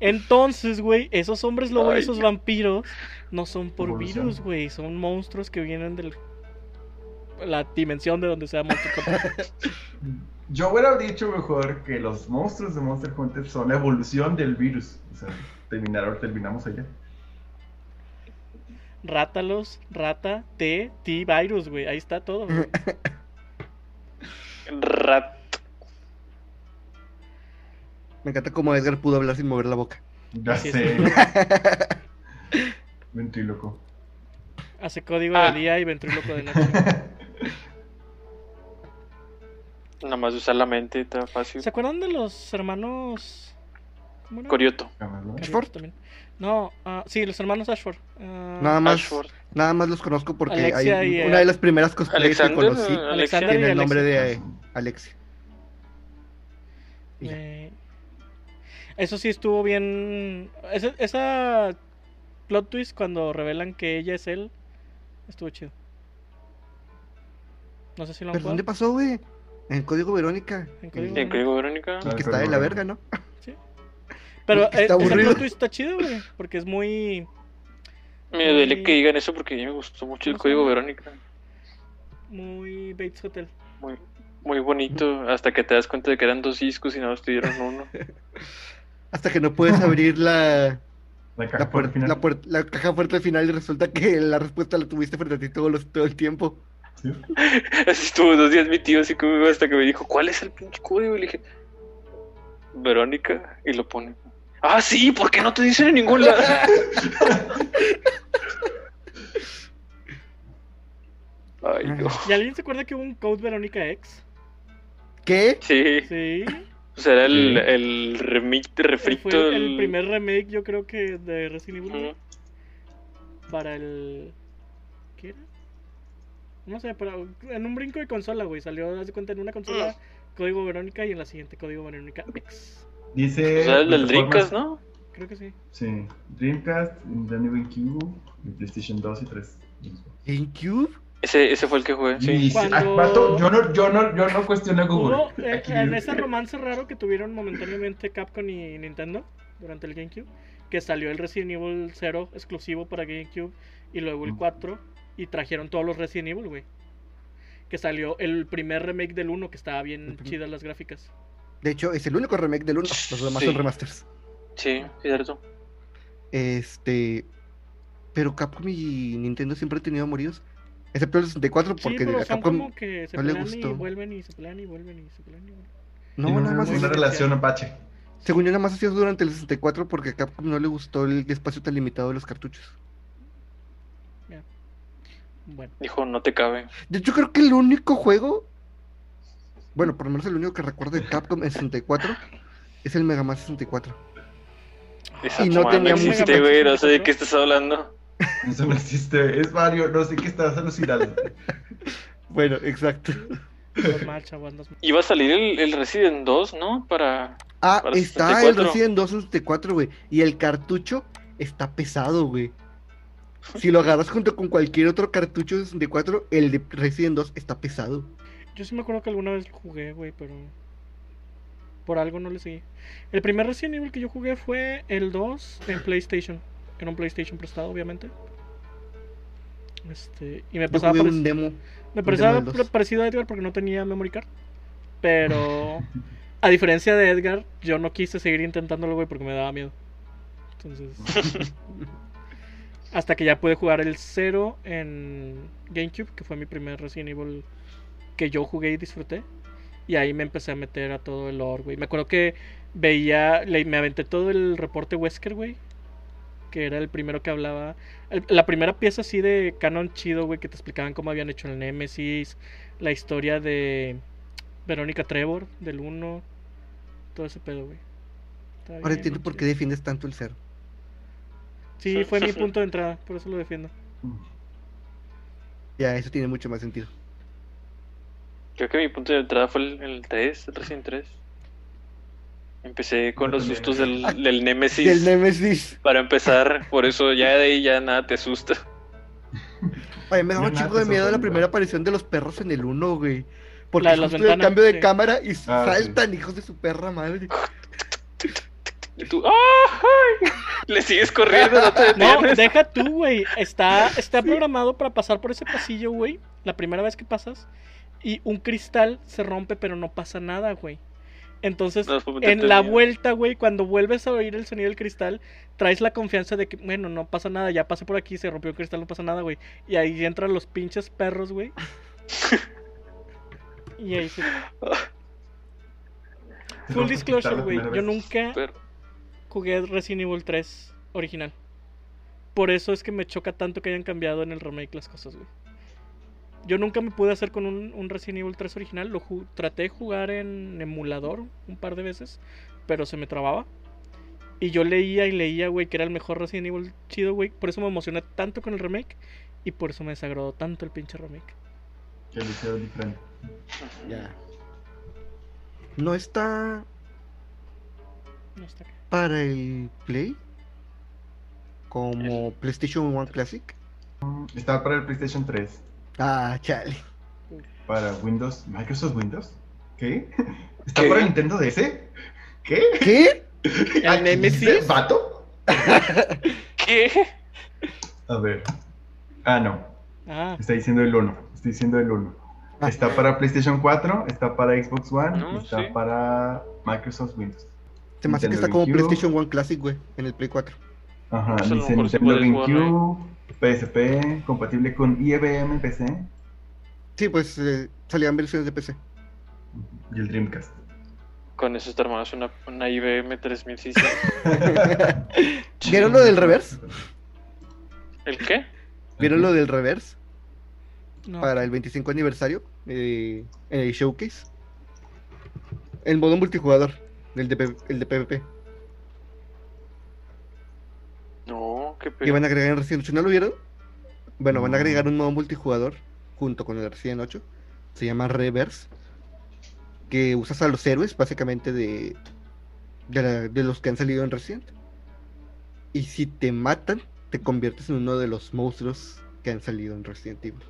S4: Entonces, güey, esos hombres lobo y
S1: Ay.
S4: esos vampiros no son por
S2: Evolución.
S4: virus, güey, son monstruos que vienen del la dimensión de donde sea Monster Hunter.
S2: Yo hubiera dicho mejor que los monstruos de Monster Hunter son la evolución del virus. O sea, terminaron, terminamos allá.
S4: Rátalos, rata, T, T, virus, güey, ahí está todo. güey.
S1: Rat.
S3: Me encanta cómo Edgar pudo hablar sin mover la boca.
S2: Ya
S4: Así es.
S2: sé. Ventríloco.
S4: Hace código
S1: Ah.
S4: de día y ventríloco de noche.
S1: Nada más de usar la mente, está fácil.
S4: ¿Se acuerdan de los hermanos? ¿Cómo era?
S1: Corioto.
S2: Camarón.
S4: Carlitos
S3: Ashford.
S4: también. No, ah, sí, los hermanos Ashford. Ah,
S3: Nada más,
S1: Ashford.
S3: nada más los conozco porque
S4: Alexia
S3: hay
S4: y,
S3: una
S4: eh,
S3: de las primeras cosplayers que
S1: Alexander.
S3: conocí
S1: eh,
S4: Alexander
S1: Alexia.
S4: y
S3: tiene el
S4: Alexia.
S3: nombre de eh, Alexia. Y ya.
S4: eh, Eso sí estuvo bien. Ese- esa plot twist cuando revelan que ella es él, estuvo chido. No sé si lo han
S3: ¿Pero
S4: jugado.
S3: dónde pasó, güey? En Código Verónica.
S4: En Código
S3: El-
S1: ¿En Código Verónica?
S3: el que
S2: Código
S3: está de la
S2: Verónica.
S3: verga, ¿no?
S4: Pero
S3: Está
S4: eh, ese
S3: aburrido.
S4: plot twist está chido, güey. Porque es muy.
S1: Me duele
S4: Y-
S1: que digan eso porque a mí me gustó mucho el
S4: ¿Cómo se
S1: Código
S4: llama?
S1: Verónica.
S4: Muy Bates Hotel.
S1: Muy, muy bonito, hasta que te das cuenta de que eran dos discos y nada más te dieron uno.
S3: Hasta que no puedes abrir la,
S2: La caja
S3: la,
S2: por el
S3: puer-
S2: final.
S3: la, puer- la caja fuerte al final y resulta que la respuesta la tuviste frente a ti todo, los- todo el tiempo.
S2: Sí.
S1: Así estuvo dos días mi tío así conmigo hasta que me dijo, ¿cuál es el pinche código? Y le dije, Verónica, y lo pone. Ah, sí, ¿por qué no te dicen en ningún lado? Ay, no.
S4: ¿Y alguien se acuerda que hubo un Code Verónica X?
S3: ¿Qué?
S1: Sí,
S4: Sí.
S1: pues era el, el remix, refrito
S4: Fue el,
S1: del-
S4: primer remake, yo creo que de Resident Evil.
S1: Ujú.
S4: para el. ¿Qué era? No sé, pero en un brinco de consola, güey. Salió, haz de cuenta, en una consola código Verónica y en la siguiente código Verónica X.
S2: Dice.
S1: Pues era el del
S2: plataformas-
S1: Dreamcast, ¿no?
S4: Creo que sí.
S2: Sí. Dreamcast, Nintendo GameCube, y PlayStation 2 y 3.
S3: ¿GameCube?
S1: Ese, ese fue el que jugué,
S2: Y
S1: sí.
S2: dice-
S4: Cuando-
S2: ah, vato, yo no, yo no, yo no cuestiono a Google.
S4: Hubo eh,
S2: Aquí-
S4: en ese romance raro que tuvieron momentáneamente Capcom y Nintendo durante el GameCube, que salió el Resident Evil 0 exclusivo para GameCube y luego el
S2: Mm.
S4: 4 y trajeron todos los Resident Evil, güey. Que salió el primer remake del 1 que estaba bien
S3: El prim-
S4: chidas las gráficas.
S3: De hecho, es el único remake del 1. Los demás
S1: Sí.
S3: son remasters.
S1: Sí, cierto.
S3: Este. Pero Capcom y Nintendo siempre han tenido amoríos. Excepto el 64, porque
S4: sí, pero
S3: a
S4: son
S3: Capcom.
S4: como que se
S3: no le
S4: pelean y
S3: gustó.
S4: vuelven y se pelean y vuelven y se pelean y vuelven.
S3: No,
S2: tiene
S3: nada
S2: una,
S3: más.
S2: una
S3: es-
S2: relación apache.
S3: Según yo, nada más ha sido durante el 64 porque a Capcom no le gustó el espacio tan limitado de los cartuchos.
S4: Bueno,
S1: Dijo, no te cabe.
S3: De hecho, creo que el único juego. Bueno, por lo menos el único que recuerdo de Capcom en 64 es el Mega Man 64.
S1: Esa
S3: Y no
S1: no
S3: tenía
S1: no existe,
S4: música.
S1: güey, no sé de qué estás hablando.
S2: Eso no existe. Es Mario, no sé qué estás alucinando.
S3: Bueno, exacto.
S4: normal, chavos. no es-
S1: Iba a salir el, el Resident 2, ¿no? Para.
S3: Ah,
S1: Para
S3: está
S1: 64.
S3: el Resident 2 en 64, güey. Y el cartucho está pesado, güey. Si lo agarras junto con cualquier otro cartucho de 64, el de Resident 2 está pesado.
S4: Yo sí me acuerdo que alguna vez lo jugué, güey, pero por algo no le seguí. El primer Resident Evil que yo jugué fue el 2 en PlayStation. Era un PlayStation prestado, obviamente. Este, y me
S3: Yo
S4: pasaba
S3: jugué un
S4: parecido,
S3: demo.
S4: me
S3: un demo
S4: pasaba
S3: del dos.
S4: parecido a Edgar porque no tenía memory card. Pero A diferencia de Edgar, yo no quise seguir intentándolo, güey, porque me daba miedo. Entonces. hasta que ya pude jugar el 0 en GameCube, que fue mi primer Resident Evil que yo jugué y disfruté. Y ahí me empecé a meter a todo el lore, güey. Me acuerdo que veía, le- me aventé todo el reporte Wesker, güey. Que era el primero que hablaba. el- la primera pieza así de canon chido, güey, que te explicaban cómo habían hecho el Nemesis. La historia de Verónica Trevor, del 1. Todo ese pedo, güey. Está
S3: Ahora
S4: bien
S3: entiendo por qué
S4: chido.
S3: defiendes tanto el cero.
S4: Sí, fue mi punto de entrada, por eso lo defiendo.
S3: Ya, eso tiene mucho más sentido.
S1: Creo que mi punto de entrada fue el, el 3, el Resident 3. Empecé con
S2: Yo
S1: los
S2: también.
S1: sustos del, del Nemesis.
S3: Del Nemesis.
S1: Para empezar, por eso ya de ahí ya nada te asusta.
S3: Oye, me
S2: Yo
S3: daba un
S2: nada,
S3: chico de
S2: te
S3: miedo la
S2: sorprende.
S3: primera aparición de los perros en el 1, güey. Porque
S4: La de
S3: es
S4: las
S3: justo el
S4: ventanas,
S3: cambio de
S4: sí.
S3: cámara y saltan,
S2: Ah, sí.
S3: hijos de su perra madre.
S1: Y tú, ¡ay! Le sigues corriendo, no te
S4: No,
S1: detienes.
S4: deja tú, güey. Está, está programado para pasar por ese pasillo, güey. La primera vez que pasas. Y un cristal se rompe, pero no pasa nada, güey. Entonces,
S1: No, fue muy
S4: en la
S1: entretenido.
S4: vuelta, güey, cuando vuelves a oír el sonido del cristal, traes la confianza de que, bueno, no pasa nada. Ya pasé por aquí, se rompió el cristal, no pasa nada, güey. Y ahí entran los pinches perros, güey. y ahí se... Full disclosure, güey. Yo nunca
S1: Pero,
S4: jugué Resident Evil 3 original. Por eso es que me choca tanto que hayan cambiado en el remake las cosas, güey. Yo nunca me pude hacer con un, un Resident Evil 3 original. Lo ju- traté de jugar en emulador un par de veces, pero se me trababa. Y yo leía y leía, güey, que era el mejor Resident Evil chido, güey. Por eso me emocioné tanto con el remake y por eso me desagradó tanto el pinche remake.
S2: Que lo hicieron diferente.
S3: Ya. No está
S4: No está acá.
S3: para el Play. Como PlayStation 1 Classic.
S2: Estaba para el PlayStation 3.
S3: Ah, chale.
S2: Para Windows. ¿Microsoft Windows? ¿Qué? ¿Está
S1: ¿Qué?
S2: para Nintendo DS? ¿Qué?
S3: ¿Qué?
S2: ¿Ah, ¿qué
S4: Nemesis?
S2: dice, ¿Vato?
S1: ¿Qué?
S2: A ver. Ah, no.
S4: Ah,
S2: Está diciendo el 1. Está diciendo el 1.
S3: Ah.
S2: Está para PlayStation 4, está para Xbox One,
S1: No,
S2: está
S1: sí.
S2: para Microsoft Windows.
S3: Se me hace que
S2: Nintendo
S3: está como
S2: GameCube.
S3: PlayStation 1 Classic, güey, en el Play 4.
S2: Ajá,
S1: Pues a lo
S2: dice
S1: mejor sí
S2: Nintendo
S1: puedes jugar
S2: GameCube, PSP, compatible con IBM PC
S3: Sí, pues eh, salían versiones de PC.
S2: y el Dreamcast.
S1: Con eso te armabas una, una IBM 3600.
S3: ¿Vieron lo del reverse?
S1: ¿El qué?
S3: ¿Vieron lo del reverse?
S4: no.
S3: para el 25 aniversario eh, en el showcase. El modo multijugador, el de, P- el de PvP.
S1: No, qué
S3: Que
S1: pedo.
S3: van a agregar en Resident 8, ¿no lo vieron? Bueno, van a
S2: No.
S3: agregar un modo multijugador junto con el Resident 8. Se llama Reverse. Que usas a los héroes, básicamente, de, de, la- de los que han salido en Resident. Y si te matan, te conviertes en uno de los monstruos que han salido en Resident Evil.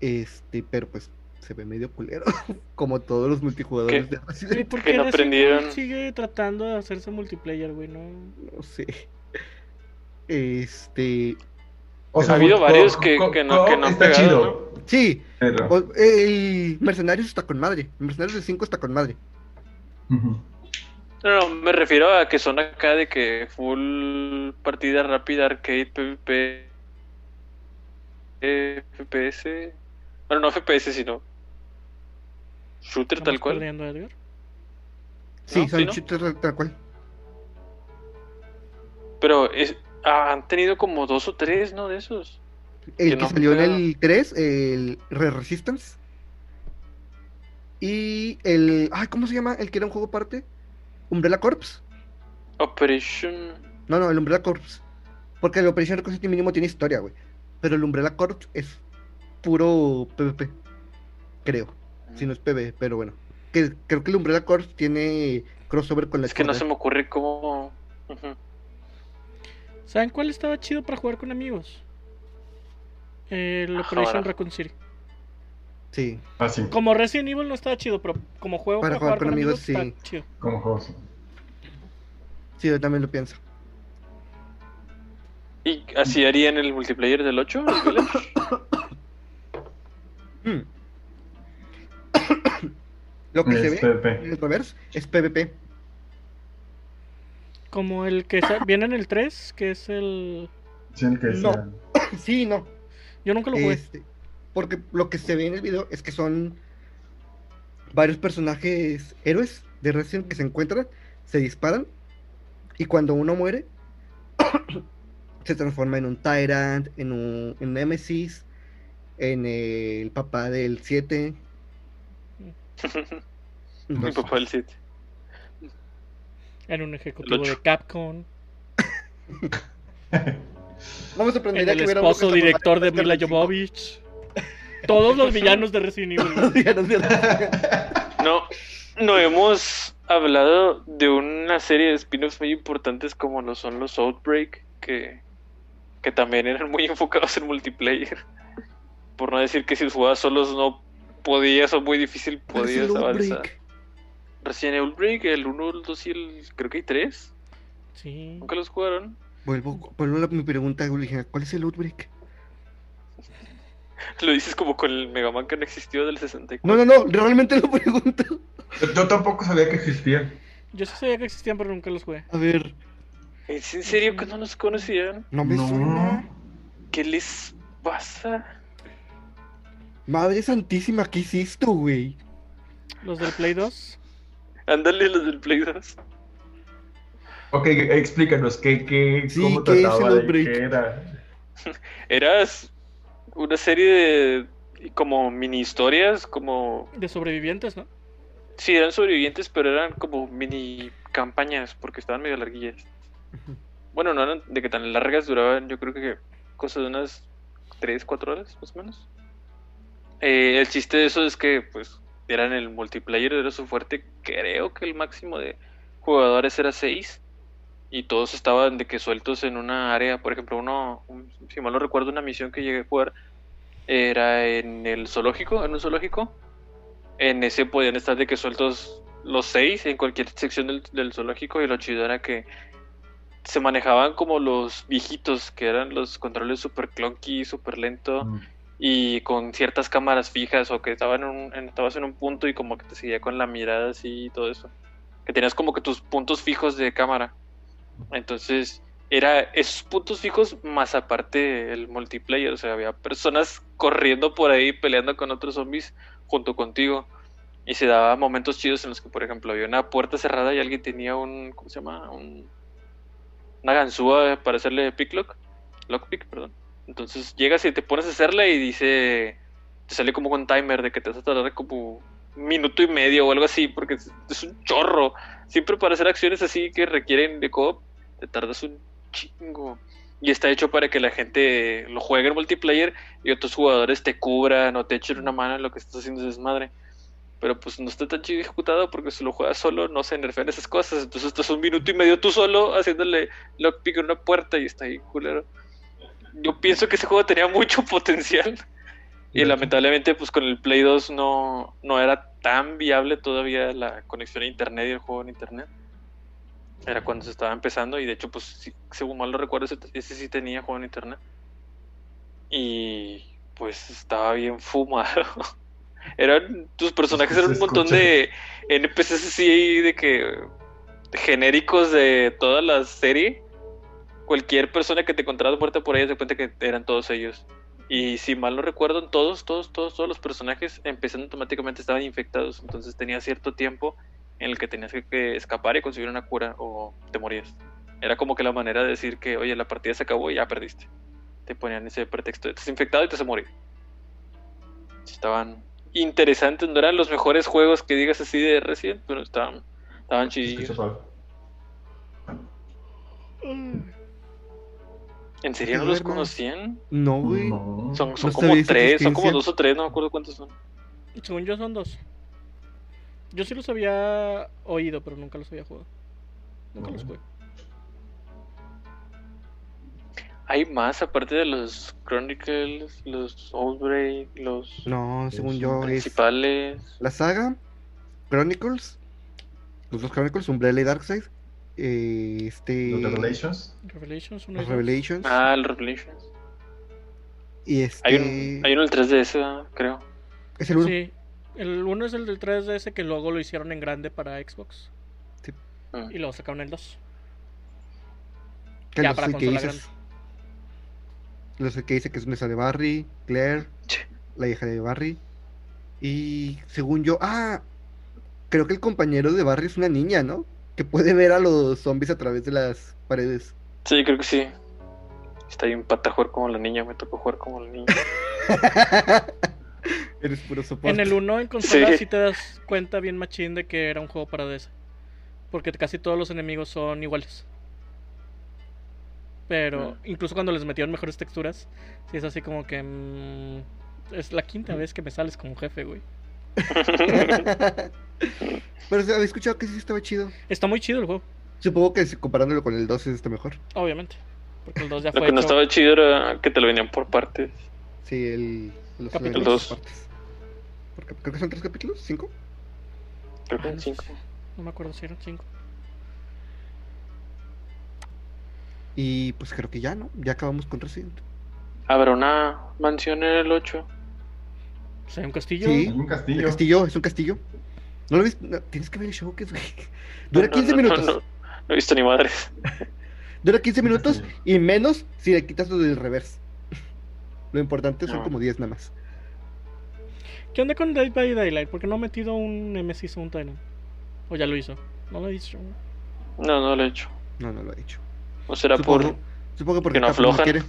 S3: Este, pero pues se ve medio culero. Como todos los multijugadores de
S4: Güey,
S3: Resident
S4: ¿Por
S1: Que
S4: qué
S1: no
S4: Resident
S1: aprendieron.
S4: Evil sigue tratando de hacerse multiplayer, güey? No,
S3: No sé. Este.
S2: O
S1: Ha habido
S2: co-
S1: varios
S2: co-
S1: que-
S2: co-
S1: que no- que no han
S2: está
S1: pegado,
S2: chido.
S3: Sí,
S2: Pero...
S3: O- el Mercenarios está con madre. El Mercenarios de 5 está con madre.
S2: Ujú.
S1: No, no, me refiero a que son acá de que full partida rápida, arcade, PvP, eh, FPS. Bueno, no FPS, sino shooter tal
S4: estamos
S1: cual.
S4: perdiendo, Edgar.
S3: Sí,
S1: No,
S3: son
S1: sí, ¿no?
S3: shooters tal- tal cual.
S1: Pero es- ah, han tenido como dos o tres, ¿no? De esos.
S3: El
S1: Que
S3: que,
S1: no
S3: salió en
S1: juega.
S3: el 3, el Re Resistance. Y el. Ay, ¿cómo se llama? El que era un juego aparte. Umbrella Corps.
S1: Operation.
S3: No, no, el Umbrella Corps. Porque el Operation Recognition mínimo tiene historia, güey. Pero el Umbrella Corps es puro PvP. Creo. Si no es PvE, pero bueno. Que, creo que el Umbrella Corps tiene crossover con la
S1: Es que no
S3: Squad
S1: se me ocurre cómo. Ujú.
S4: ¿Saben cuál estaba chido para jugar con amigos? El
S1: Ahora.
S4: Operation Raccoon City.
S3: Sí.
S2: Ah, sí,
S4: Como Resident Evil no estaba chido, pero como juego para, jugar, con, amigos,
S3: sí.
S4: está chido.
S2: como juegos.
S3: Sí, yo también lo pienso.
S1: ¿Y así harían el multiplayer del 8? ¿El Village?
S3: Mm. Lo que se
S2: Es
S3: ve
S2: PvP.
S3: en el reverse es PvP.
S4: Como el que sa- viene en el 3, que es el...
S2: Sí, el que
S3: No.
S2: sea.
S3: Sí, no.
S4: Yo nunca lo jugué.
S3: Este, porque lo que se ve en el video es que son varios personajes héroes de Resident que se encuentran, se disparan y cuando uno muere se transforma en un Tyrant, en un en Nemesis, en el papá del 7.
S1: Mi papá del 7.
S4: En un ejecutivo
S1: ocho.
S4: de Capcom.
S3: No me sorprendería
S4: En el
S3: que hubiera algo que
S4: esposo
S3: se
S4: director de
S3: llamara
S4: Mila Jovovich. Todos los villanos de Resident Evil.
S3: Ya no sé.
S1: No, no hemos hablado de una serie de spin-offs muy importantes como lo son los Outbreak, que, que también eran muy enfocados en multiplayer. Por no decir que si jugabas solos no podías o muy difícil podías
S3: Resident Outbreak.
S1: avanzar. Recién Outbreak, el 1, el 2 y el... creo que hay 3.
S4: Sí.
S1: Nunca los jugaron.
S3: Vuelvo, vuelvo a mi pregunta, Uligia, ¿cuál es el outbreak?
S1: Lo dices como con el Mega Man que no existió del 64.
S3: No, no, no, realmente lo pregunto.
S2: Yo, yo tampoco sabía que existía.
S4: Yo sí sabía que existían, pero nunca los jugué.
S3: A ver,
S1: ¿Es en serio que no los conocían?
S3: no me suena.
S1: ¿Qué les pasa?
S3: Madre santísima, ¿qué hiciste, güey?
S4: Los del Play 2.
S1: Ándale los del Play 2.
S2: Ok, explícanos qué, qué,
S3: Sí,
S2: cómo
S3: ¿qué es el
S2: trataba de
S3: outbreak?
S2: qué era.
S1: Eras una serie de como mini historias, como
S4: De sobrevivientes, ¿no?
S1: sí eran sobrevivientes, pero eran como mini campañas porque estaban medio larguillas. Bueno, no eran de que tan largas duraban, yo creo que cosas de unas 3, 4 horas más o menos. Eh, el chiste de eso es que pues eran el multiplayer era su fuerte, creo que el máximo de jugadores era 6 y todos estaban de que sueltos en una área, por ejemplo, uno un- si mal no recuerdo una misión que llegué a jugar era en el zoológico, en un zoológico. En ese podían estar de que sueltos los seis en cualquier sección del, del zoológico y lo chido era que se manejaban como los viejitos, que eran los controles super clunky, super lento
S2: Mm.
S1: y con ciertas cámaras fijas o que estaban en un- en- estabas en un punto y como que te seguía con la mirada así y todo eso. Que tenías como que tus puntos fijos de cámara. Entonces, era esos puntos fijos más aparte el multiplayer. O sea, había personas corriendo por ahí peleando con otros zombies junto contigo. Y se daba momentos chidos en los que, por ejemplo, había una puerta cerrada y alguien tenía un. ¿Cómo se llama? Un- una ganzúa para hacerle picklock. Lockpick, perdón. Entonces llegas y te pones a hacerla y dice. Te sale como con timer de que te vas a tardar como un minuto y medio o algo así, porque es, es un chorro. Siempre para hacer acciones así que requieren de co te tardas un chingo. Y está hecho para que la gente lo juegue en multiplayer y otros jugadores te cubran o te echen una mano en lo que estás haciendo es desmadre. Pero pues no está tan chido ejecutado porque si lo juegas solo no se nerfean esas cosas. Entonces estás un minuto y medio tú solo haciéndole lockpick a una puerta y está ahí culero. Yo pienso que ese juego tenía mucho potencial. Y lamentablemente pues con el Play 2 no, no era tan viable todavía la conexión a internet y el juego en internet. Era cuando se estaba empezando y de hecho pues sí, según mal lo recuerdo ese, ese sí tenía juego en internet. Y pues estaba bien fumado. Eran tus personajes
S2: Se
S1: eran un montón de NPCs así de que genéricos de toda la serie. Cualquier persona que te encontrabas muerta por ahí se cuenta que eran todos ellos. Y si mal no recuerdo, todos, todos, todos, todos los personajes empezando automáticamente estaban infectados. Entonces tenía cierto tiempo en el que tenías que, que escapar y conseguir una cura o te morías. Era como que la manera de decir que, oye, la partida se acabó y ya perdiste. Te ponían ese pretexto de estás infectado y te vas a morir. Estaban interesantes, no eran los mejores juegos que digas así de recién, pero estaban, estaban
S2: Escucha,
S1: chidillos.
S2: Pablo.
S4: Mm.
S1: ¿En serio no
S3: Quiero
S1: los
S3: ver más.
S1: conocían?
S3: No, güey.
S2: No.
S1: Son, son
S3: No
S1: como
S3: sabía esa
S1: tres, son como
S3: existencia.
S1: dos o tres, no me acuerdo cuántos son.
S4: Según yo son dos. Yo sí los había oído, pero nunca los había jugado. Nunca los jugué.
S1: Hay más aparte de los Chronicles, los Outbreak, los
S3: No, según yo es
S1: principales.
S3: la saga, Chronicles, los dos Chronicles, Umbrella y Darkseid, eh, este,
S2: Los de Relations.
S4: Revelations, uno y
S3: los
S4: dos.
S3: Revelations,
S1: Ah, el Revelations.
S3: y este, Eh,
S1: Hay, un, hay uno el 3DS, ¿verdad? creo.
S3: es el uno,
S4: Sí, El uno es el del 3DS que luego lo hicieron en grande para Xbox.
S3: Sí.
S1: Ah.
S4: Y luego sacaron el 2.
S3: Que
S4: Ya,
S3: los
S4: para
S3: el que
S4: consola
S3: dices. Los el que dice que es mesa de Barry, Claire,
S1: Sí.
S3: la hija de Barry. Y según yo, ah, creo que el compañero de Barry es una niña, ¿no? Que puede ver a los zombies a través de las paredes.
S1: Sí, creo que sí. Está bien pata jugar como la niña, me tocó jugar como la niña.
S3: Eres puro soporte.
S4: En el 1 en consola sí.
S1: Sí.
S4: te das cuenta bien machín de que era un juego para DS. Porque casi todos los enemigos son iguales. Pero
S1: Mm.
S4: incluso cuando les metieron mejores texturas, sí es así como que... mm, es la quinta vez que me sales como jefe, güey.
S3: Pero o sea, había escuchado que sí estaba chido.
S4: Está muy chido el juego,
S3: Supongo que si comparándolo con el 2 está mejor.
S4: obviamente. Porque el 2 ya
S1: Lo
S4: fue
S1: que no
S4: hecho.
S1: estaba chido era que te lo venían por partes.
S3: Sí, el. Los
S4: Capítulo
S3: los-
S1: dos.
S3: partes. Porque creo que son tres capítulos, cinco.
S1: Creo que
S4: Ah,
S1: en
S4: no
S1: cinco.
S4: sé. No me acuerdo si eran 5.
S3: Y pues creo que ya, ¿no? Ya acabamos con Resident.
S1: Habrá una mansión en el 8.
S4: O sea, un castillo.
S3: Sí.
S2: Hay un
S3: El
S2: castillo.
S3: castillo, es un castillo. No lo viste. no, tienes que ver el show que es, güey. Dura
S1: No, no,
S3: 15
S1: no,
S3: minutos.
S1: No, no, no he visto ni madres.
S3: Dura 15 minutos
S2: castillo.
S3: y menos si le quitas lo del reverse. Lo importante son
S1: No.
S3: como 10 nada más.
S4: ¿Qué onda con Dead by Daylight? ¿Por qué no ha metido un Nemesis o un Titan? ¿O ya lo hizo? No lo hizo.
S1: No, no lo he hecho.
S3: No, no lo he hecho.
S1: ¿O será
S3: Supongo,
S1: por.?
S3: supongo porque
S1: no
S3: Capcom no
S1: aflojan.
S3: quiere.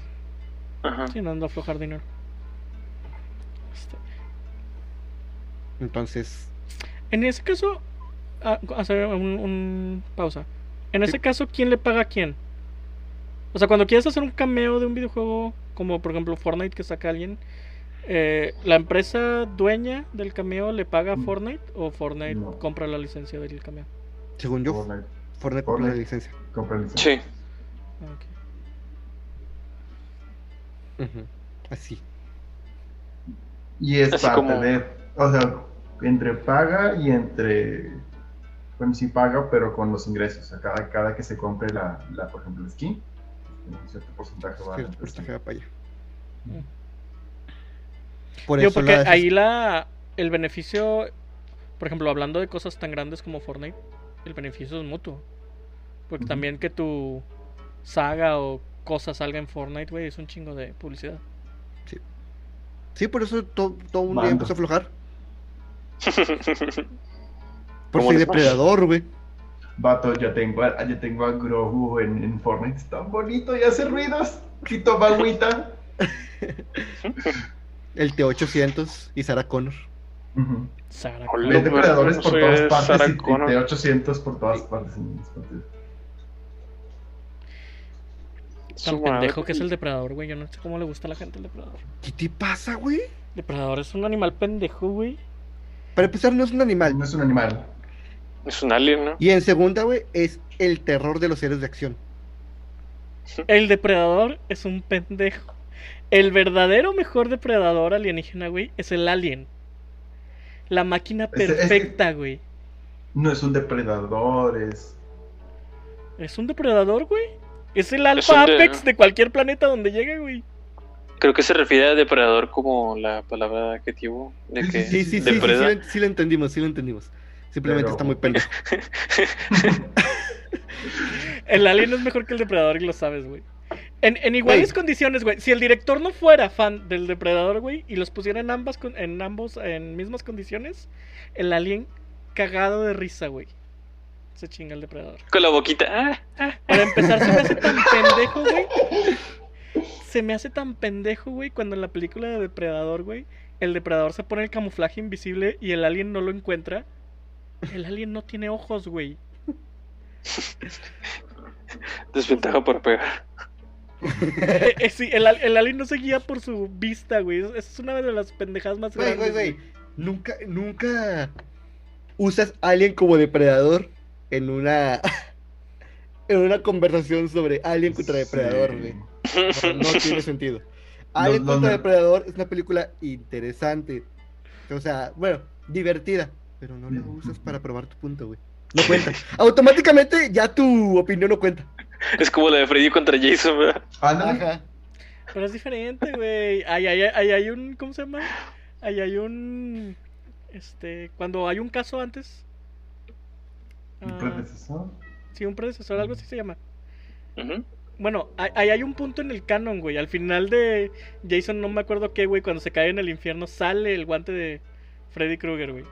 S1: Ajá.
S4: Sí, no ando a aflojar dinero. Este,
S3: Entonces,
S4: En ese caso, ah, hacer un, un pausa. En ese
S3: Sí.
S4: caso, ¿quién le paga a quién? O sea, cuando quieres hacer un cameo de un videojuego, como por ejemplo Fortnite que saca alguien, eh, ¿la empresa dueña del cameo le paga a
S2: Mm.
S4: Fortnite o Fortnite
S2: No.
S4: compra la licencia del cameo?
S3: según yo,
S2: Fortnite,
S3: Fortnite compró la
S2: Fortnite.
S3: licencia.
S2: compra el-
S1: Sí.
S4: Ah, ok.
S3: Ujú, Así.
S2: Y es
S1: Así
S2: para
S1: como-
S2: tener, o sea, entre paga y entre, bueno, sí paga, pero con los ingresos. A cada, cada que se compre la, la, por ejemplo, el skin, un cierto porcentaje va a
S3: Cierto porcentaje va para allá.
S4: Mm.
S3: Por
S4: Digo,
S3: eso
S4: porque
S3: las-
S4: ahí la el beneficio, por ejemplo, hablando de cosas tan grandes como Fortnite, el beneficio es mutuo. Porque
S2: Ujú.
S4: también que tu saga o cosa salga en Fortnite, güey, es un chingo de publicidad.
S3: Sí, por eso to- todo un día
S2: Mando.
S3: empezó a aflojar. Por
S1: Como el Smash.
S3: ser depredador, güey.
S2: Vato, yo tengo, a- yo tengo a Grogu en, en Fortnite, es tan bonito y hace ruidos. Y toma agüita.
S3: El T800 y Sarah Connor.
S2: Ujú.
S4: Sarah
S1: Hola.
S2: Hay
S4: Connor.
S2: depredadores
S1: pero
S2: por
S1: soy
S2: todas
S1: de
S2: partes
S1: Sarah
S2: y, y
S1: Connor.
S2: de 800 por todas partes. en mis partidos.
S4: Tan
S1: Su madre.
S4: pendejo que es el depredador, güey. Yo no sé cómo le gusta a la gente el depredador.
S3: ¿Qué te pasa, güey?
S4: Depredador es un animal pendejo, güey.
S3: Para empezar, no es un animal.
S2: No es un animal.
S1: Es un alien, ¿no?
S3: Y en segunda, güey, es el terror de los seres de acción.
S4: El depredador es un pendejo. El verdadero mejor depredador alienígena, güey, es el alien. La máquina
S2: Es- es-
S4: perfecta, güey.
S2: No es un depredador, es...
S4: Es un depredador, güey. Es el
S1: Es
S4: alfa
S1: un de-
S4: apex de cualquier planeta donde llegue, güey.
S1: Creo que se refiere a depredador como la palabra adjetivo de que
S3: Sí, sí, sí, sí, sí,
S1: depreda.
S3: lo- sí lo entendimos, sí lo entendimos. Simplemente
S2: Pero-
S3: está muy pendejo.
S4: El alien es mejor que el depredador y lo sabes, güey. En, en iguales
S3: Güey.
S4: condiciones, güey. Si el director no fuera fan del depredador, güey, y los pusiera en ambas con- en ambos en mismas condiciones, el alien cagado de risa, güey. Se chinga el depredador.
S1: Con la boquita. Ah, ah.
S4: Para empezar, se me hace tan pendejo, güey. Se me hace tan pendejo, güey, cuando en la película de Depredador, güey, el depredador se pone el camuflaje invisible y el alien no lo encuentra. El alien no tiene ojos, güey.
S1: Desventaja por pegar.
S4: Eh, eh, sí, el, al- el alien no se guía por su vista, güey. Esa es una de las pendejadas más
S3: Güey,
S4: grandes.
S3: güey, güey. Nunca, nunca usas alien como depredador en una. En una conversación sobre alien contra depredador,
S2: Sí.
S3: güey. No, no tiene sentido. Alien
S2: no,
S3: contra
S2: no.
S3: depredador es una película interesante. O sea, bueno, divertida. Pero no la usas para probar tu punto, güey. No cuenta. Automáticamente ya tu opinión no cuenta.
S1: Es como la de Freddy contra Jason, ¿verdad?
S2: Ándale.
S3: Ajá.
S4: Pero es diferente, güey. Ahí hay, ahí hay un. ¿Cómo se llama? Ahí hay un. Este, cuando hay un caso antes.
S2: ¿Un
S4: ah,
S2: predecesor?
S4: sí, un predecesor, algo así se llama.
S1: Ujú.
S4: Bueno, ahí ahí hay un punto en el canon, güey. Al final de Jason, no me acuerdo qué, güey, cuando se cae en el infierno, sale el guante de Freddy Krueger, güey.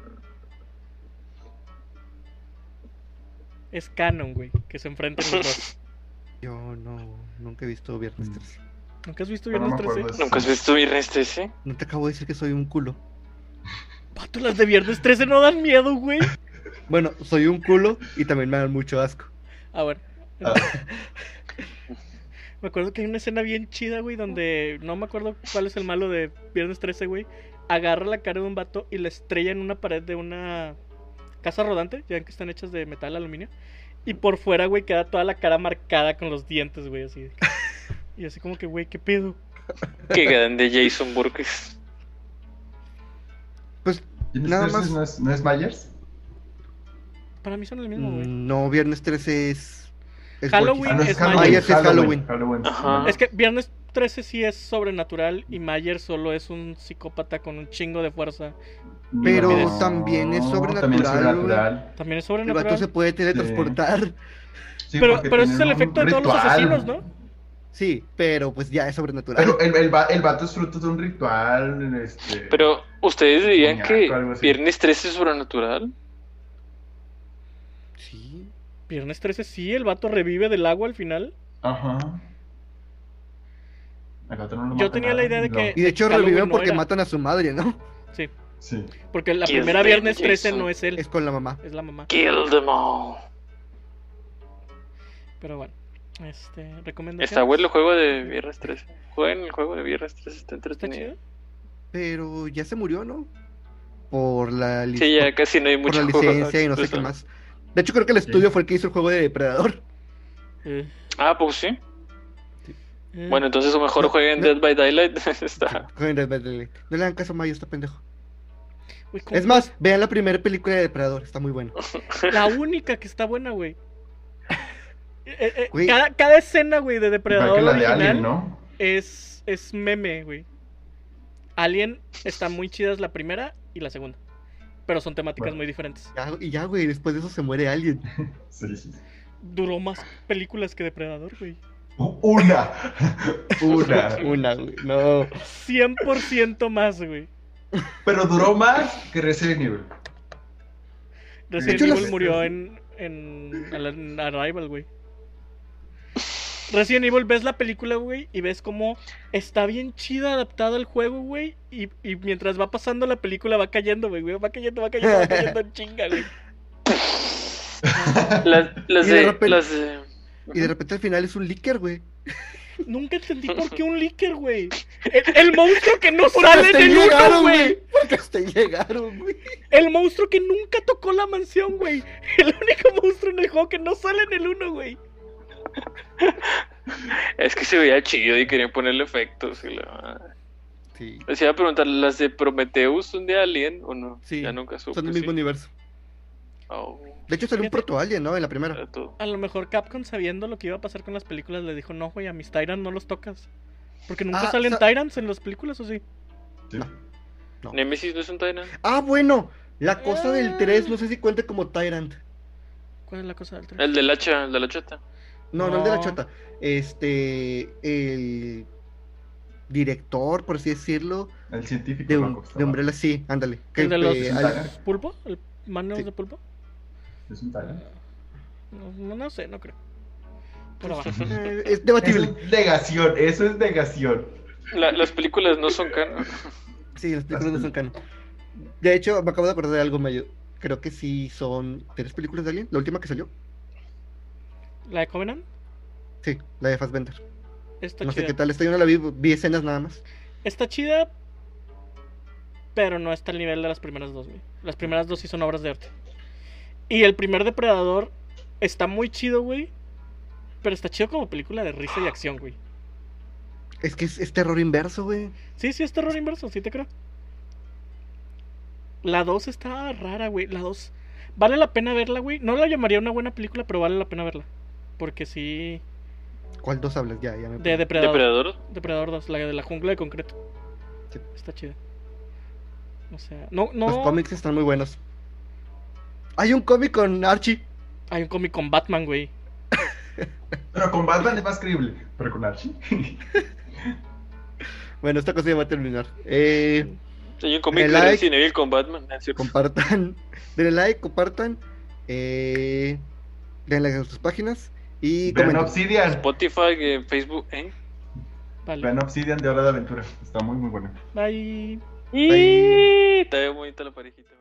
S4: Es canon, güey, que se enfrentan los dos.
S3: Yo no, nunca he visto Viernes
S2: Mm.
S3: 13.
S4: ¿Nunca has visto
S2: No, no
S4: Viernes
S2: me acuerdo
S4: 13?
S2: de eso.
S1: ¿Nunca has visto ¿eh? Viernes 13?
S3: No te acabo de decir que soy un culo.
S4: Pato, las de Viernes 13 no dan miedo, güey.
S3: Bueno, soy un culo y también me dan mucho asco.
S4: A ver.
S2: Ah.
S4: Me acuerdo que hay una escena bien chida, güey, donde no me acuerdo cuál es el malo de Viernes 13, güey. Agarra la cara de un vato y la estrella en una pared de una casa rodante. Ya ven que están hechas de metal, aluminio. Y por fuera, güey, queda toda la cara marcada con los dientes, güey, así. Y así como que, güey, ¿qué pedo?
S1: Que ganan de Jason Burkes.
S3: Pues
S2: ¿Viernes
S3: Nada
S2: 13
S3: más.
S2: ¿No es, no es Myers?
S4: Para mí son el mismo, güey.
S3: mm, no, Viernes 13 es. es
S4: Halloween.
S3: Borges.
S2: Ah, no
S4: es
S3: Myers. Myers es Halloween.
S2: Halloween.
S1: Ajá.
S4: Es que Viernes 13 sí es sobrenatural y Mayer solo es un psicópata con un chingo de fuerza.
S3: Pero
S4: No,
S3: también es sobrenatural.
S2: También es
S3: güey.
S2: sobrenatural.
S4: También es
S3: El
S4: sobrenatural.
S3: vato se puede teletransportar.
S2: Sí,
S4: Pero-
S2: porque
S4: pero
S2: tienen
S4: ese es el
S2: un
S4: efecto de todos los
S2: ritual.
S4: asesinos, ¿no?
S3: Sí, pero pues ya es sobrenatural.
S2: Pero eh, el, el, va- el vato es fruto de un ritual. Este...
S1: Pero, ¿ustedes dirían
S2: Muñeco,
S1: que
S2: algo así.
S1: Viernes 13 es sobrenatural?
S3: Sí.
S4: Viernes 13 sí, el vato revive del agua al final.
S2: Ajá. El vato no lo
S4: Yo
S2: mata
S4: tenía la
S2: nada,
S4: idea de
S2: no.
S4: que-
S3: Y de hecho
S4: Halloween
S3: reviven
S4: no
S3: porque
S4: era.
S3: matan a su madre, ¿no?
S4: Sí,
S2: Sí.
S4: porque la
S1: Y es
S4: primera
S1: de
S4: Viernes 13
S1: Jason.
S4: no es él,
S3: Es con la mamá.
S4: es la mamá.
S1: Kill them all.
S4: Pero bueno, este, recomendación.
S1: Está bueno el juego de Viernes 13. Jueguen el juego de Viernes 13, está
S4: ¿Está
S1: entretenido.
S4: chido?
S3: Pero ya se murió, ¿no? Por la, lic-
S1: Sí, ya casi no hay
S3: por
S1: mucho
S3: la
S1: juego
S3: licencia y no sé
S1: actual.
S3: qué más. De hecho, creo que el estudio fue el que hizo el juego de Depredador.
S4: Eh,
S1: Ah, pues sí.
S4: eh,
S1: Bueno, entonces o mejor
S3: Mm. No,
S1: jueguen
S3: no.
S1: Dead by Daylight. está.
S3: Con el Red Dead Redemption. No le dan caso a Mayo, está pendejo.
S4: uy, ¿cómo?
S3: Es más, vean la primera película de Depredador, está muy bueno.
S4: La única que está buena, güey. Eh, eh, eh,
S3: Güey.
S4: Cada, cada escena, güey, de
S2: Igual
S4: Depredador
S2: que la de
S4: original
S2: Alien, ¿no?
S4: es, es meme, güey. Alien está muy chidas la primera y la segunda. Pero son temáticas
S2: Bueno.
S4: muy diferentes.
S3: Ya- y ya, güey, después de eso se muere alguien.
S2: Sí, sí.
S4: Duró más películas que Depredador, güey.
S2: U- Una. Una.
S3: Una, güey. No.
S4: 100% más, güey.
S2: Pero duró más que Resident Evil.
S4: Resident
S3: hecho,
S4: Evil
S3: las-
S4: murió en, en, al- en Arrival, güey. Resident Evil, ves la película, güey, y ves cómo está bien chida adaptada al juego, güey. Y, y mientras va pasando la película va cayendo, güey, güey, va cayendo, va cayendo, va cayendo en chinga, güey.
S1: Las, las
S3: Y de
S1: de.
S3: repente-
S1: las de-
S3: Y de repente al final es un licker, güey.
S4: Nunca entendí por qué un licker, güey. El, el monstruo que no sale en
S3: Hasta
S4: el uno,
S3: llegaron,
S4: güey.
S3: güey. Porque hasta llegaron, güey.
S4: El monstruo que nunca tocó la mansión, güey. El único monstruo en el juego que no sale en el uno, güey.
S1: Es que se veía chido y querían ponerle efectos. Y la madre.
S3: Sí.
S1: Les iba a preguntar, ¿las de Prometheus son de Alien o no?
S3: Sí,
S1: Ya nunca supe.
S3: Son del
S1: sí.
S3: mismo universo.
S1: Oh,
S3: De hecho, salió un
S4: Fíjate.
S3: proto alien, ¿no? En la primera.
S1: era todo.
S4: A lo mejor Capcom, sabiendo lo que iba a pasar con las películas, le dijo, no, güey, a mis Tyrants no los tocas. Porque nunca
S3: Ah,
S4: salen
S3: sa-
S4: Tyrants en las películas, ¿o sí?
S2: Sí.
S3: No.
S1: Nemesis no es un Tyrant.
S3: Ah, bueno. La cosa del
S4: Ah.
S3: 3, no sé si cuenta como Tyrant.
S4: ¿Cuál es la cosa del tres?
S1: El del hacha, el de la chota.
S3: No, no, el de la
S4: No.
S3: chota. Este. El director, por así decirlo,
S2: El científico.
S3: de,
S2: loco
S3: un,
S2: que está
S3: de
S2: mal.
S3: Umbrella, sí, ándale. este, Que-
S4: ¿El de los
S3: que-
S2: un
S3: al-
S2: Tyrant.
S4: ¿Pulpo? ¿El Manos
S3: Sí.
S4: de Pulpo?
S2: Es un talento.
S4: No, no- no sé, no creo. Pues, Pero bueno.
S3: eh, es
S2: Eso
S3: debatible.
S2: es negación, eso es negación.
S1: La- las películas no son canon.
S3: Sí, las películas no son canon. De hecho, me acabo de acordar de algo medio. Creo que sí son tres películas de Alien. La última que salió.
S4: ¿La de Covenant?
S3: Sí, la de Fassbender.
S4: Está
S3: No sé
S4: chida.
S3: qué tal. Esta yo no la vi, vi escenas nada más.
S4: Está chida, pero no está al nivel de las primeras dos, güey. Las primeras dos sí son obras de arte. Y el primer Depredador está muy chido, güey. Pero está chido como película de risa y acción, güey.
S3: Es que es, es terror inverso, güey.
S4: Sí, sí, es terror inverso, sí te creo. La 2 está rara, güey. La 2. Vale la pena verla, güey. No la llamaría una buena película, pero vale la pena verla. Porque sí.
S3: ¿Cuál dos hablas? Ya, ya me.
S4: De Depredador.
S1: Depredador.
S4: Depredador 2, la de la jungla de concreto.
S3: Sí.
S4: Está chida. O sea, no,
S3: Los
S4: no.
S3: cómics están muy buenos. Hay un cómic con Archie.
S4: Hay un cómic con Batman, güey.
S2: Pero con Batman es más creíble. Pero con Archie.
S3: Bueno, esta cosa ya va a terminar. Eh,
S1: Hay un cómic
S3: Me
S1: de
S3: like.
S1: Resident Evil con Batman. ¿no es cierto?
S3: compartan, denle like, compartan, eh, denle like a sus páginas y
S2: Vean
S3: comenten.
S2: Obsidian.
S1: Spotify, eh, Facebook, ¿eh?
S4: Vale.
S2: Vean Obsidian de Hora de Aventura. Está muy, muy bueno.
S4: Bye.
S1: Está bien bonita la parejita.